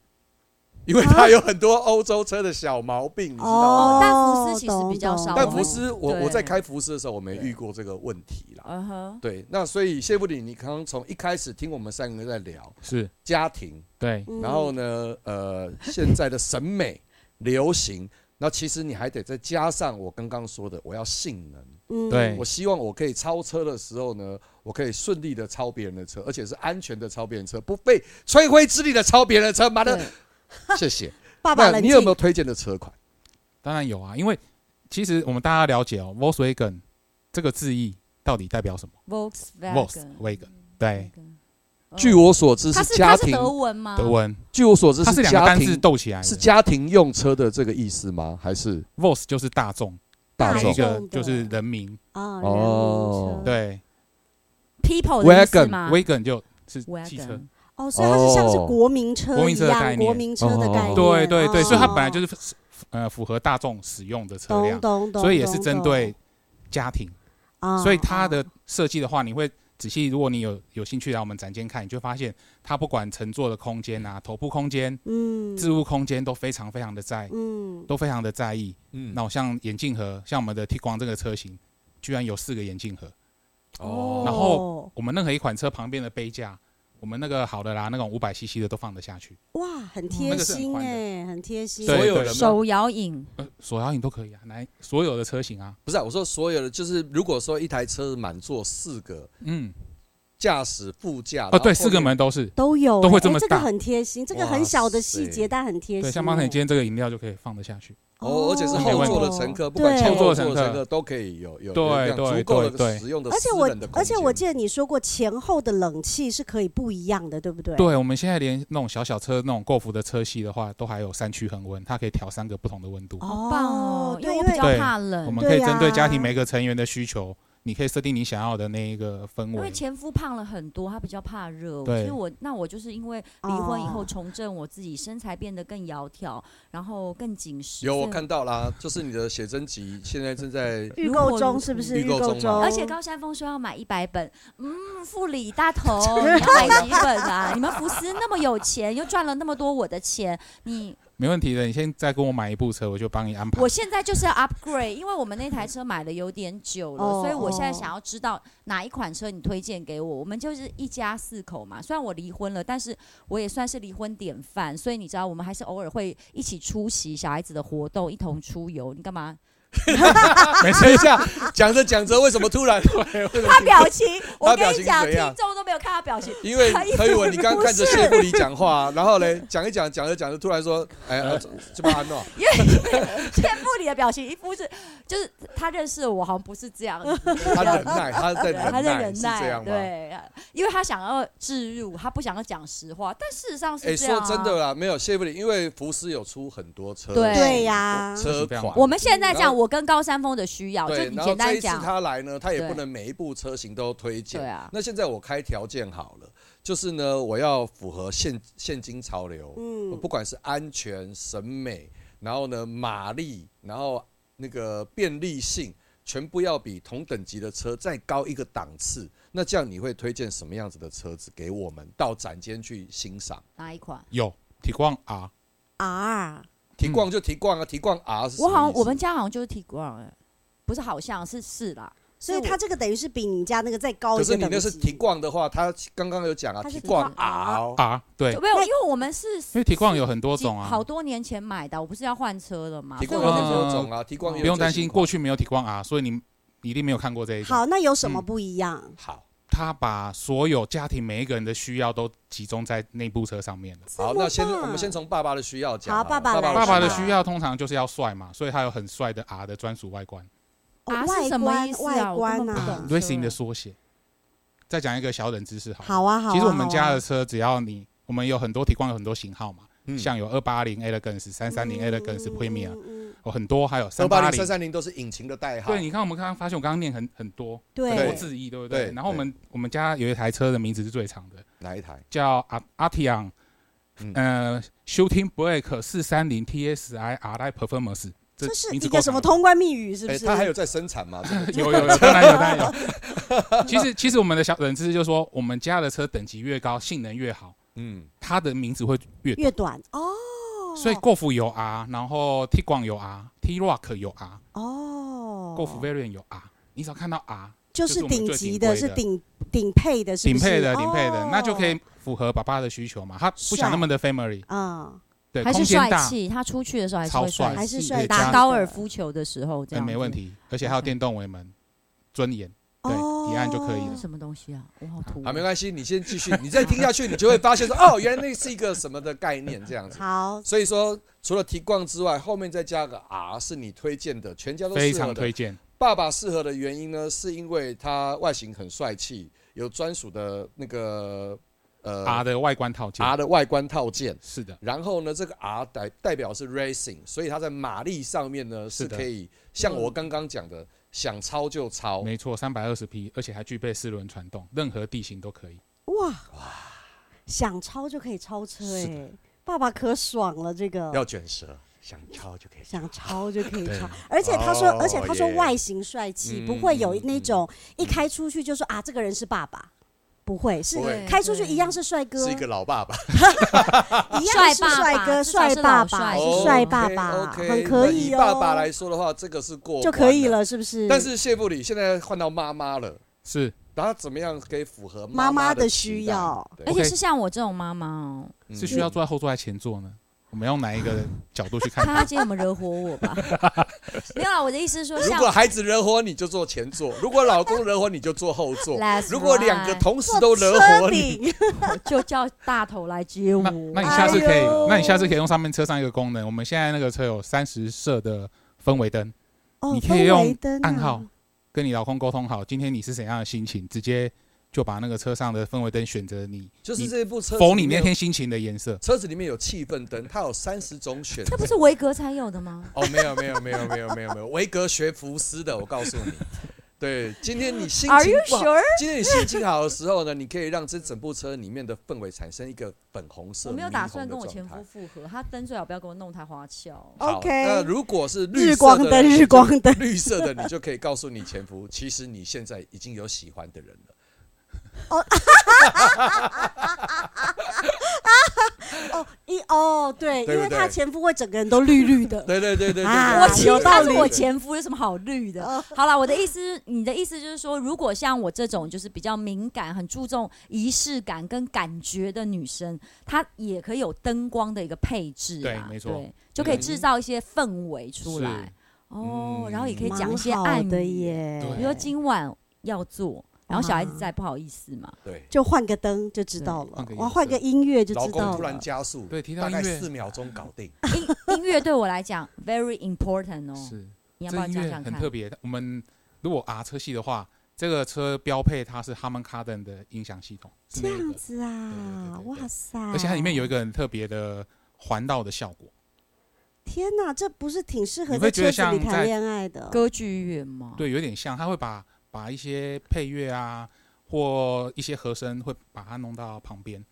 D: 因为他有很多欧洲车的小毛病，你知道吗？
E: 啊哦但福斯其实比较
F: 懂
E: 少
F: 嗯懂
D: 但
E: 我
D: 福
E: 们
D: 斯，我
E: 对
D: 我在开福斯的时候，我没遇过这个问题啦。
E: 嗯哼，
D: 对，那所以谢布里，你刚刚从一开始听我们三个在聊
G: 是
D: 家庭，
G: 对，
F: 嗯
D: 然后呢，呃，现在的审美流行，那其实你还得再加上我刚刚说的，我要性能。
F: 嗯
G: 对
D: 我希望我可以超车的时候呢，我可以顺利的超别人的车，而且是安全的超别人的车，不费吹灰之力的超别人的车。妈的，谢谢。
F: 爸爸
D: 那
F: 冷
D: 你
F: 静，
D: 有没有推荐的车款？
G: 当然有啊，因为其实我们大家了解哦，Volkswagen 这个字义到底代表什么
E: Volkswagen，
G: ？Volkswagen 对
E: 哦
D: 据我所知
E: 它
D: 是
E: 是
D: 家
E: 它是
D: 庭，
E: 德文吗？
G: 德文，
D: 据我所知
G: 它是两个
D: 家
G: 单字
D: 庭
G: 斗起来的。
D: 是家庭用车的这个意思吗？还是
G: Vols 就是大众，
D: 大
G: 每
D: 众
G: 一
F: 众
G: 个
F: 的
G: 就是人民，
F: 啊，
D: 哦
F: 人民车
G: 对
E: People 的意思吗
G: Wagon 就是汽车
E: Wagon，
F: 哦，所以它是像是国民车
G: 国民
F: 一
G: 车的概
F: 样，
G: 念哦
F: 国民车的概念，
G: 对对对，
F: 哦
G: 所以它本来就是呃符合大众使用的车
F: 懂
G: 辆，
F: 懂懂，
G: 所以也是
F: 懂
G: 针对，家庭。
F: 懂啊
G: 所以它的设计的话，你会仔细，如果你有有兴趣来我们展间看，你就发现它不管乘坐的空间啊、头部空间、
F: 嗯
G: 置物空间都非常非常的在，
F: 嗯，
G: 都非常的在意。
D: 嗯
G: 那我像眼镜盒，像我们的 T 光这个车型，居然有四个眼镜盒。
D: 哦
G: 然后我们任何一款车旁边的杯架，我们那个好的啦，那种五百 CC 的都放得下去，
F: 哇，很
G: 那
F: 贴
G: 个是很
F: 心
G: 宽的
F: 哎，很贴心，
G: 对
D: 所有人吗
E: 手摇饮，
G: 呃，手摇饮都可以啊，来所有的车型啊，
D: 不是啊、我说所有的，就是如果说一台车满座四个
G: 嗯，
D: 驾驶副驾，
G: 哦，对，
D: 然后后
G: 四个
D: 面，
G: 门都是，
F: 都有
G: 都会
F: 哎
G: 这么
F: 哎这个
G: 大
F: 很贴心，这个
D: 哇
F: 很小的细
D: 塞
F: 节，但很贴心哎。
G: 对，像帮你今天这个饮料就可以放得下去，
D: 哦，而且是后座的乘客，不管
F: 对
D: 前后座
G: 后座的乘客
D: 乘客都可以有有
G: 对
D: 有这样
G: 对
D: 足够
G: 对
D: 的
G: 对
D: 使用的
F: 而且
D: 私人的
F: 我，
D: 空
F: 而且
D: 间
F: 我记得你说过前后的冷气是可以不一样的，对不对？
G: 对，我们现在连那种小小车那种购服的车系的话，都还有三区恒温，它可以调三个不同的温度。
E: 好棒哦，因
F: 对，
E: 为
F: 因
E: 我比
F: 为
E: 较
G: 对
E: 怕
G: 我
E: 冷，
G: 们可以
F: 对
G: 针对
F: 呀
G: 家庭每个成员的需求，你可以设定你想要的那一个氛
E: 因为
G: 围。
E: 前夫胖了很多，他比较怕热，所
G: 对
E: 以我那我就是因为离婚以后
F: 哦
E: 重振我自己，身材变得更窈窕，然后更紧实。
D: 有我
E: 所以
D: 看到啦，就是你的写真集现在 正在
F: 预
E: 如
F: 购
E: 果
F: 中是不是？
D: 预购中嘛
F: 中，
E: 而且高山峰说要买一百本，嗯，副理大 头，你要买几本啊？你们福斯那么有钱，又赚了那么多我的钱，你
G: 没问题的，你先再跟我买一部车，我就帮你安排
E: 我。现在就是要 upgrade，因为我们那台车买的有点久了，
F: 哦
E: 所以我现在
F: 哦
E: 想要知道哪一款车你推荐给我。我们就是一家四口嘛，虽然我离婚了，但是我也算是离婚典范，所以你知道我们还是偶尔会一起出席小孩子的活动，一同出游。你干嘛？
D: 没等一下，讲着讲着，为什么突然？为什么
E: 他表情，我
D: 表
E: 跟
D: 情
E: 你讲，
D: 怎样
E: 听众都没有看他表情，
D: 因为
E: 他一
D: 何宇
E: 副
D: 文，你刚刚看着
E: 不是
D: 谢布里讲话，然后嘞讲一讲，讲着讲着，突然说，哎，呃这把安诺，
E: 羡慕你的表情，一副是就是他认识我，好像不是这样子，
D: 他忍耐，他在
E: 对他在
D: 忍耐，
E: 忍
D: 是这
E: 耐，
D: 样吗？
E: 对，因为他想要置入，他不想要讲实话，但事实上是
D: 哎、
E: 这样、
D: 说
E: 啊。
D: 真的，啦，没有谢布里，因为福斯有出很多车，哦
E: 对
F: 对呀，
D: 车款。
E: 我们现在
D: 然
E: 讲，
D: 后
E: 我跟高山峰的需要，就
D: 对，
E: 你
D: 然后
E: 简
D: 这
E: 单
D: 一次
E: 讲，
D: 他来呢，他也
E: 对
D: 不能每一部车型都推荐。
E: 对啊
D: 那现在我开条件好了，就是呢，我要符合现现今潮流，
F: 嗯
D: 不管是安全、审美，然后呢马力，然后那个便利性，全部要比同等级的车再高一个档次。那这样你会推荐什么样子的车子给我们到展间去欣赏？
E: 哪一款？
G: 有提光 R，
F: ，R
D: 提逛就提逛啊，提逛 R 是什么
E: 我好像
D: 意思
E: 我们家好像就是 Tiguan，哎不是好像是是啦，
F: 所以它这个等于是比你家那个再高
D: 可
F: 一
D: 是
F: 个
D: 你
F: 等级。
D: 那是提逛的话，他刚刚有讲啊，
E: 它
D: 提
E: 是
D: 逛
E: 提逛
D: R，
G: R 对，因
E: 没有，因为我们是
G: 为提光有很多种啊
E: 好，多年前买的，我不是要换车了吗？
D: 提
E: 所以
D: 逛
E: 我
D: 有
E: 那
D: 很
E: 时
D: 多
G: 哦
E: 候
D: 种啊，提逛也有
G: 不用担
D: 最新
G: 心，
D: 款
G: 过去没有提光 R，所以你你一定没有看过这一个。
F: 好，那有什么不一样？
D: 好。
G: 他把所有家庭每一个人的需要都集中在那部车上面了。
D: 好，那先
F: 这么棒
D: 我们先从爸爸的需要讲
F: 好
D: 了。
F: 爸爸
E: 啊
F: 来
G: 爸爸的
F: 是吧
G: 需要通常就是要帅嘛，所以他有很帅的 R 的专属外观
F: 哦
E: 啊
F: 外
E: 是什么意思
F: 观外
E: 啊？我根
F: 观
E: 本不懂
D: 嗯
F: 啊，
E: 车
G: ，Racing 的缩写。再讲一个小冷知识好了，
F: 好啊好啊。
G: 其实我们家
F: 好啊
G: 的车，只要你我们有很多提供有很多型号嘛，
D: 嗯
G: 像有二八零 Elegance、三三零 Elegance、Premier，
F: 嗯嗯嗯
G: 有很多，还有
D: 三
G: 三八
D: 八零、
G: 零
D: 三。三零都是引擎的代号。
G: 对，你看我们刚刚发现，我刚刚念很很多，很多
F: 对，
G: 字义，对不
D: 对
G: 对？然后我们我们家有一台车的名字是最长的，
D: 哪一台？
G: 叫阿阿提昂
D: 嗯，
G: 呃，Shooting Break 四三零 TSI R I Performance，
F: 这是
G: 名字
F: 一
G: 够
F: 个什 么
G: 长
F: 通关密语，是不
D: 哎，
F: 是？
D: 它还有在生产吗？这个
G: 的有 有有，当然有当然有。其实其实我们的小冷知识就是说，我们家的车等级越高，性能越好，
D: 嗯，
G: 它的名字会越
F: 越短哦，
G: 所以过服有 R，然后 T 广有 R，T Rock 有 R，
F: 哦，
G: 过服 Variant 有 R，你只要看到啊 R
F: 就
G: 就是
F: 是
G: 我们
F: 顶
G: 最
F: 级
G: 顶
F: 的，
G: 规
F: 是
G: 的
F: 顶顶配的，是
G: 顶
F: 不是
G: 配的顶配的，那就可。
F: 哦
G: 以符合爸爸的需求嘛，他不想那么的 family，
F: 嗯，
G: 对，
E: 还
G: 空
E: 是
G: 间
E: 帅
G: 大，
E: 气，他出去的时候还是
G: 超
E: 会
G: 帅，
E: 帅
F: 还
E: 气，
F: 是
G: 可
F: 帅
G: 以
E: 打
G: 加
E: 高尔夫球的时候这
G: 对，
E: 样、
G: 哎
E: 嗯
G: 没问。题，而且还有电动尾门，尊严，对
F: 哦，
G: 提案就可以
E: 这是
G: 了
E: 什么东西啊？我好土、
D: 啊，没关系，你先继续，你再听下去，你就会发现说，哦，原来那是一个什么的概念这样子。
F: 好，
D: 所以说，除了提逛之外，后面再加个 R 是你推荐的，全家都
G: 非
D: 适合
G: 常
D: 的
G: 推。荐，
D: 爸爸适合的原因呢，是因为它外形很帅气，有专属的那个呃
G: R 的外观套件
D: R 的外观套件。
G: 是的，
D: 然后呢，这个 R 代代表是 racing，所以它在马力上面呢是
G: 是的
D: 可以像我刚刚讲的，想超就超。
G: 没错，三百二十匹，而且还具备四轮传动，任何地形都可以。
F: 哇哇，想超就可以超车
D: 是
F: 哎，爸爸可爽了，这个
D: 要卷舌，想超就可以超。
F: 想超就可以
G: 对
F: 超，而且他说，
D: 哦
F: 而且他说
D: 耶
F: 外形帅气，
D: 嗯
F: 不会有
D: 嗯
F: 那
D: 嗯
F: 种一开出去就说啊，这个人是爸爸。不会，是
D: 不会
F: 开出去一样是帅哥，
D: 哦
F: 啊
D: 是一个老爸爸，
F: 一样是帅哥、帅
E: 帅爸
F: 爸爸、
E: 爸
F: 是
E: 至
F: 帅
E: 少
F: 爸爸，
D: OK，
F: 很可以
D: 哦以
F: 哦。
D: 爸爸来说的话，这个是过
F: 就
D: 关
F: 可以
D: 了。
F: 了，是不是？
D: 但是谢布里现在换到妈妈了，
G: 是
D: 然后怎么样可以符合
F: 妈妈
D: 妈
F: 的
D: 的
F: 需
D: 期待
F: 要？
D: 对
E: 而且是像我这种妈妈哦，
D: 嗯
G: 是需要坐在后座还是前座呢？我们用哪一个角度去看
E: 看他
G: 它？
E: 今天有没有惹火我 吧？没有啦，啊我的意思是说
D: 如
E: 像，
D: 果孩子惹火你就坐前座，如果老公惹火你就坐后座，
E: That's
D: 如果两个
E: right
D: 同时
F: 坐
D: 都惹火
F: 车
D: 你，
F: 顶
E: 就叫大头来接我
G: 那，那你下次可
F: 哎
G: 以
F: 呦，
G: 那你下次可以用上面车上一个功能，我们现在那个车有三十色的氛围灯，
F: 哦，
G: 你可以用
F: 氛围灯啊
G: 暗号跟你老公沟通好，今天你是怎样的心情，直接就把那个车上的氛围灯选择你，
D: 就是
G: 你
D: 这部车子
G: 否你那
D: 面
G: 天心情的颜色。
D: 车子里面有气氛灯，它有三十种选择
E: 这。不是维格才有的吗？
D: 哦，没有没有没有没有没有没有，维格学福斯的，我告诉你。对，今天你心
E: Are
D: 情
E: you
D: 不好
E: sure？
D: 今天你心情好的时候呢，你可以让这整部车里面的氛围产生一个粉红色。
E: 我没有
D: 霓
E: 打
D: 虹
E: 算
D: 的
E: 跟我
D: 状
E: 前
D: 态
E: 夫复合，他灯最好不要给我弄太花俏。
D: 好
F: OK
D: 那如果是绿
F: 日
D: 色
F: 光
D: 的
F: 灯，
D: 你就
F: 日光灯
D: 绿色的，你就可以告诉你前夫，其实你现在已经有喜欢的人了。
F: 哦，一哦，对，
D: 对
F: 因
D: 不
F: 为他
D: 对
F: 前夫会整个人都绿绿的，
D: 对对对对对
F: 啊
D: 对，
E: 我
D: 对
E: 其
F: 有
E: 实
F: 道
E: 他
F: 理
E: 是我前夫，有什么好绿
F: 嗯
E: 的？好啦，我的意思，你的意思就是说，如果像我这种就是比较敏感、很注重仪式感跟感觉的女生，她也可以有灯光的一个配置啊，
G: 对没错
E: 对，就可以制造一些氛围出来哦
D: 嗯，
E: 然后也可以
F: 蛮
E: 讲一些
F: 好
E: 暗语
F: 的，耶。
G: 对
E: 比如说今晚要做，然后小孩子在不好意思嘛，
D: 对
F: 就换个灯就知道
G: 换
F: 了
G: 个，颜
F: 我换个
G: 色
F: 音乐就
D: 老
F: 知
D: 公
F: 道
D: 突然
F: 了。
D: 加速，
G: 对，提到
D: 大
G: 音
D: 概
G: 乐
D: 四秒钟搞定。
E: 音音乐对我来讲 very important 哦，
G: 是
E: 你要不
G: 这
E: 要
G: 音
E: 讲
G: 乐
E: 讲
G: 很
E: 看？
G: 特别。我们如果 R 车系的话，这个车标配它是 Harman Kardon 的音响系统，是
F: 这
G: 那
F: 样
G: 个，
F: 子啊，
G: 对对对对对
F: 哇塞！
G: 而且它里面有
F: 嗯
G: 一个很特别的环绕的效果。
F: 天哪，这不是挺适合
G: 你
F: 在
G: 会觉
F: 车
G: 得
F: 子里
G: 像
F: 谈
G: 在
F: 恋爱的？
E: 歌剧院嘛，
G: 对，有点像，它会把把一些配乐啊或一些和声会把它弄到旁边，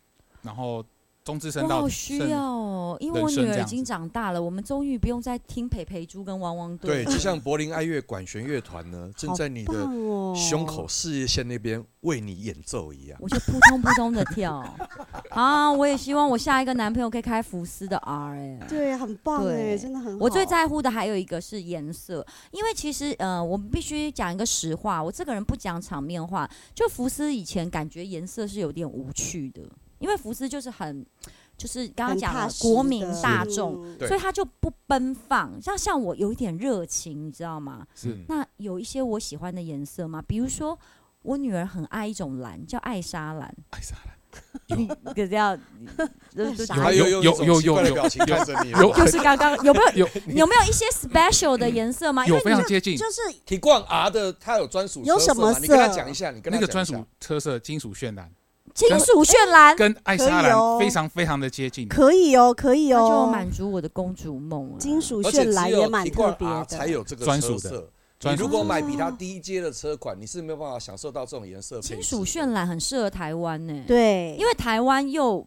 G: 然后中至声
E: 我
G: 道
E: 好需
G: 声
E: 要哦，因为
G: 人
E: 我女
G: 生这
E: 儿已
G: 样
E: 经
G: 子
E: 长大了，我们终于不用再听培培猪跟汪汪队
D: 对，
E: 了。
D: 就像柏林爱乐管弦乐团呢，正在你的
F: 棒哦
D: 胸口事业线那边为你演奏一样。
E: 我就扑通扑通的跳啊！我也希望我下一个男朋友可以开福斯的 R 哎、
F: 对，很棒哎，
E: 对
F: 真的很好。
E: 我最在乎的还有一个是颜色，因为其实呃，我们必须讲一个实话，我这个人不讲场面话。就福斯以前感觉颜色是有点无趣的，因为福斯就是很，就是刚刚
F: 很
E: 讲
F: 踏
E: 了
F: 实
E: 国民
F: 的
E: 大众，
F: 嗯
D: 对
E: 所以他就不奔放。像像我有一点热情，你知道吗？
G: 是
D: 嗯
E: 那有一些我喜欢的颜色吗？比如说，我女儿很爱一种蓝，叫艾莎蓝。
G: 爱莎兰
E: 你 这叫，就就
F: 莎
E: 就
D: 他
G: 有
D: 又用一种
G: 有有
D: 奇怪的
G: 有
D: 表情看着你，
G: 有
E: 就是刚刚有没有
G: 有
E: 有没有一些 special 的颜色吗？因
G: 有
E: 为
G: 非常接近
F: 就是
D: 提逛 R 的，它有专属
F: 有
D: 车色
F: 什么
D: 吗你跟他
F: 色
D: 讲一下，你跟
G: 那
D: 他
G: 个
D: 讲
G: 专
D: 一下
G: 属车色金属渲染，
E: 金属绚烂，
G: 跟艾莎
F: 可以哦
G: 兰非常非常的接近。
F: 可以哦，可以
E: 那就
F: 哦，
E: 满足我的公主梦了。
F: 金属
D: 而且
F: 绚
D: 只
F: 蓝也
D: 有
F: 蛮特
D: Tiguan
F: 别
D: R
F: 的，
D: 才有这个
G: 专属
D: 车色
G: 的。
D: 你
G: 专属
D: 如果买比它低阶的车款，你是没有办法享受到这种颜色配置
E: 金
D: 的。
E: 属绚烂很适合台湾呢、，
F: 对，
E: 因为台湾又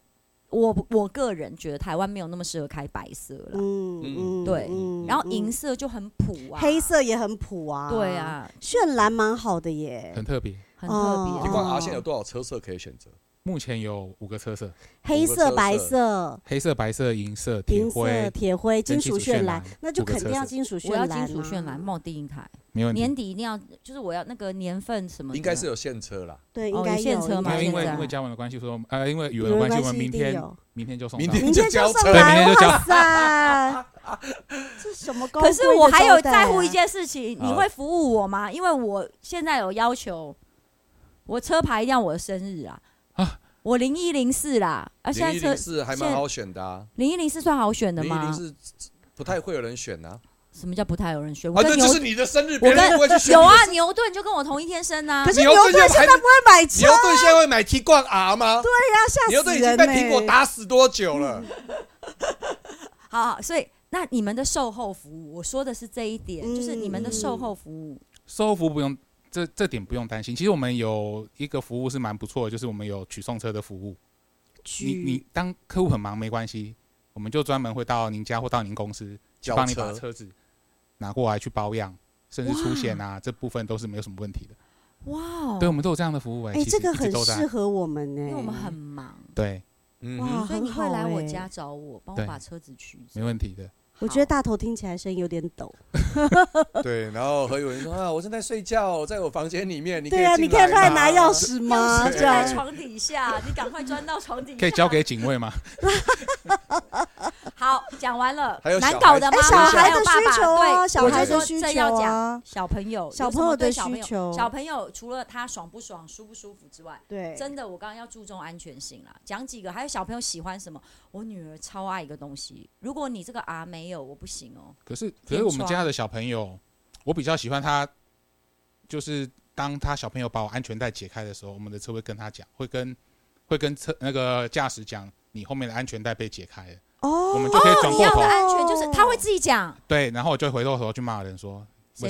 E: 我我个人觉得台湾没有那么适合开白色了，
F: 嗯嗯
E: 对
F: 嗯
E: 然后
F: 嗯
E: 银色就很普啊，
F: 黑色也很普啊，
E: 对，啊，
F: 绚蓝蛮好的耶，
G: 很特别。
E: 很特
F: 哦
E: 别。
D: Tiguan
F: 哦
D: R 现在有多少车色可以选择？
G: 目前有五个车色：
F: 黑
D: 五个
F: 色、
D: 车
F: 白
D: 色
F: 色、
G: 黑色、白色、银色、铁
F: 银色、
G: 灰，
F: 铁灰、金
G: 跟
F: 属
G: 金属
F: 绚蓝
G: 绚蓝，
F: 那就
G: 五个
F: 肯定
G: 车
F: 要
G: 色
F: 金属绚
E: 我要
F: 蓝，啊嗯
E: 金属绚蓝，，冒第一台，
G: 没问
E: 年
G: 题。
E: 底一定要，就是我要那个年份什么的，
D: 应该是有现车啦，
F: 对，
E: 哦
F: 应该
E: 有现
F: 有
E: 车吗
F: 应
G: 没
F: 该
G: 有，
E: 现
G: 因为
E: 在
G: 因为嘉文的关系，说呃，因为语
F: 有
G: 文
F: 人
G: 的关系，
F: 关
G: 我们
F: 系一
G: 明
F: 定
G: 天
F: 有。
G: 明天就送
D: 明
G: 到。
D: 天
F: 明天
D: 交
F: 送
D: 车。
G: 对明
F: 来，
G: 天就交
F: 哇塞， 这什么高
E: 可
F: 贵的
E: 是我还有
F: 招待啊
E: 在乎一，件事情，
D: 好
E: 你会服务我吗？因为我现在有要求，我车牌一定要我的生日啊，
G: 啊
E: 我零一零四啦，啊，现
D: 零一
E: 在
D: 零
E: 车
D: 四还蛮好选的啊，
E: 零一零四算好选的
D: 零一零
E: 吗？
D: 四不太会有人选啊。
E: 什么叫不太有人选？我
D: 啊，
E: 跟
D: 对，
E: 牛、
D: 这是你的生日，别
E: 我
D: 人不会去
E: 跟
D: 选。
E: 有啊，牛顿就跟我同一天生啊
F: 可。是
D: 牛
F: 牛
D: 顿
F: 顿
D: 现在
F: 现在不会买车
D: 牛顿现在会买 Tiguan R 吗？对，
F: 啊，吓
D: 牛
F: 死
D: 顿已
F: 人嗯
D: 经
F: 呢
D: 被苹果打死多久了？
E: 好好，所以那你们的售后服务，我说的是这一点，
F: 嗯
E: 就是你们的售后服务。
G: 售后服务不用，这这点不用担心。其实我们有一个服务是蛮不错的，就是我们有取送车的服务。你你当客户很忙没关系，我们就专门会到您家或到您公司，去
D: 交
G: 帮你
D: 车
G: 把车子拿过来去保养，甚至出险啊，这部分都是没有什么问题的。
E: 哇哦，
G: 对，我们都有这样的服务哎、
F: 哎，
G: 其实
F: 这个
G: 一直
F: 很
G: 都在
F: 适合我们欸呢，
E: 因为我们很忙，
G: 对，
D: 嗯
F: 哇，
E: 所以你
F: 很
E: 会
F: 好
E: 来我
F: 哎
E: 家，找我，帮我
G: 对
E: 把车子取走
G: 没。问题的。
F: 我觉得大头听起来声音有点抖，
D: 对，然后何有人说啊，我正在睡觉，在我房间里面，你可以
F: 对啊，你
D: 进
F: 可以过来
D: 吗
F: 拿钥。匙吗？
E: 钥匙
F: 这
E: 就
F: 样
E: 在床底 下，你赶快钻到床底下。
G: 可以交给警卫吗？
E: 好，讲完了。
D: 还有小
E: 难搞的
F: 哎
E: 妈，
F: 小
E: 妈，
F: 孩
E: 还
F: 的
E: 有爸爸，
F: 需求啊
E: 对，
F: 小
E: 我就
D: 孩的
E: 说
F: 需
E: 这
F: 求
E: 要
F: 啊
E: 讲小朋友，
F: 小
E: 有什
F: 朋
E: 么
F: 友的
E: 对小
F: 需
E: 朋友
F: 求
E: 小朋友除了他爽不爽、舒不舒服之外，
F: 对，
E: 真的，我刚刚要注重安全性啦。讲几个，还有小朋友喜欢什么？我女儿超爱一个东西，如果你这个 R 没有，我不行哦。
G: 可是可是我们家的小朋友，我比较喜欢他，就是当他小朋友把我安全带解开的时候，我们的车会跟他讲，会跟会跟车那个驾驶讲，你后面的安全带被解开了，
F: 哦，
G: 我们就可以转
E: 你
G: 过
E: 要
G: 头
E: 的。安全就是他会自己讲，
G: 对，然后我就回过头去骂人说，为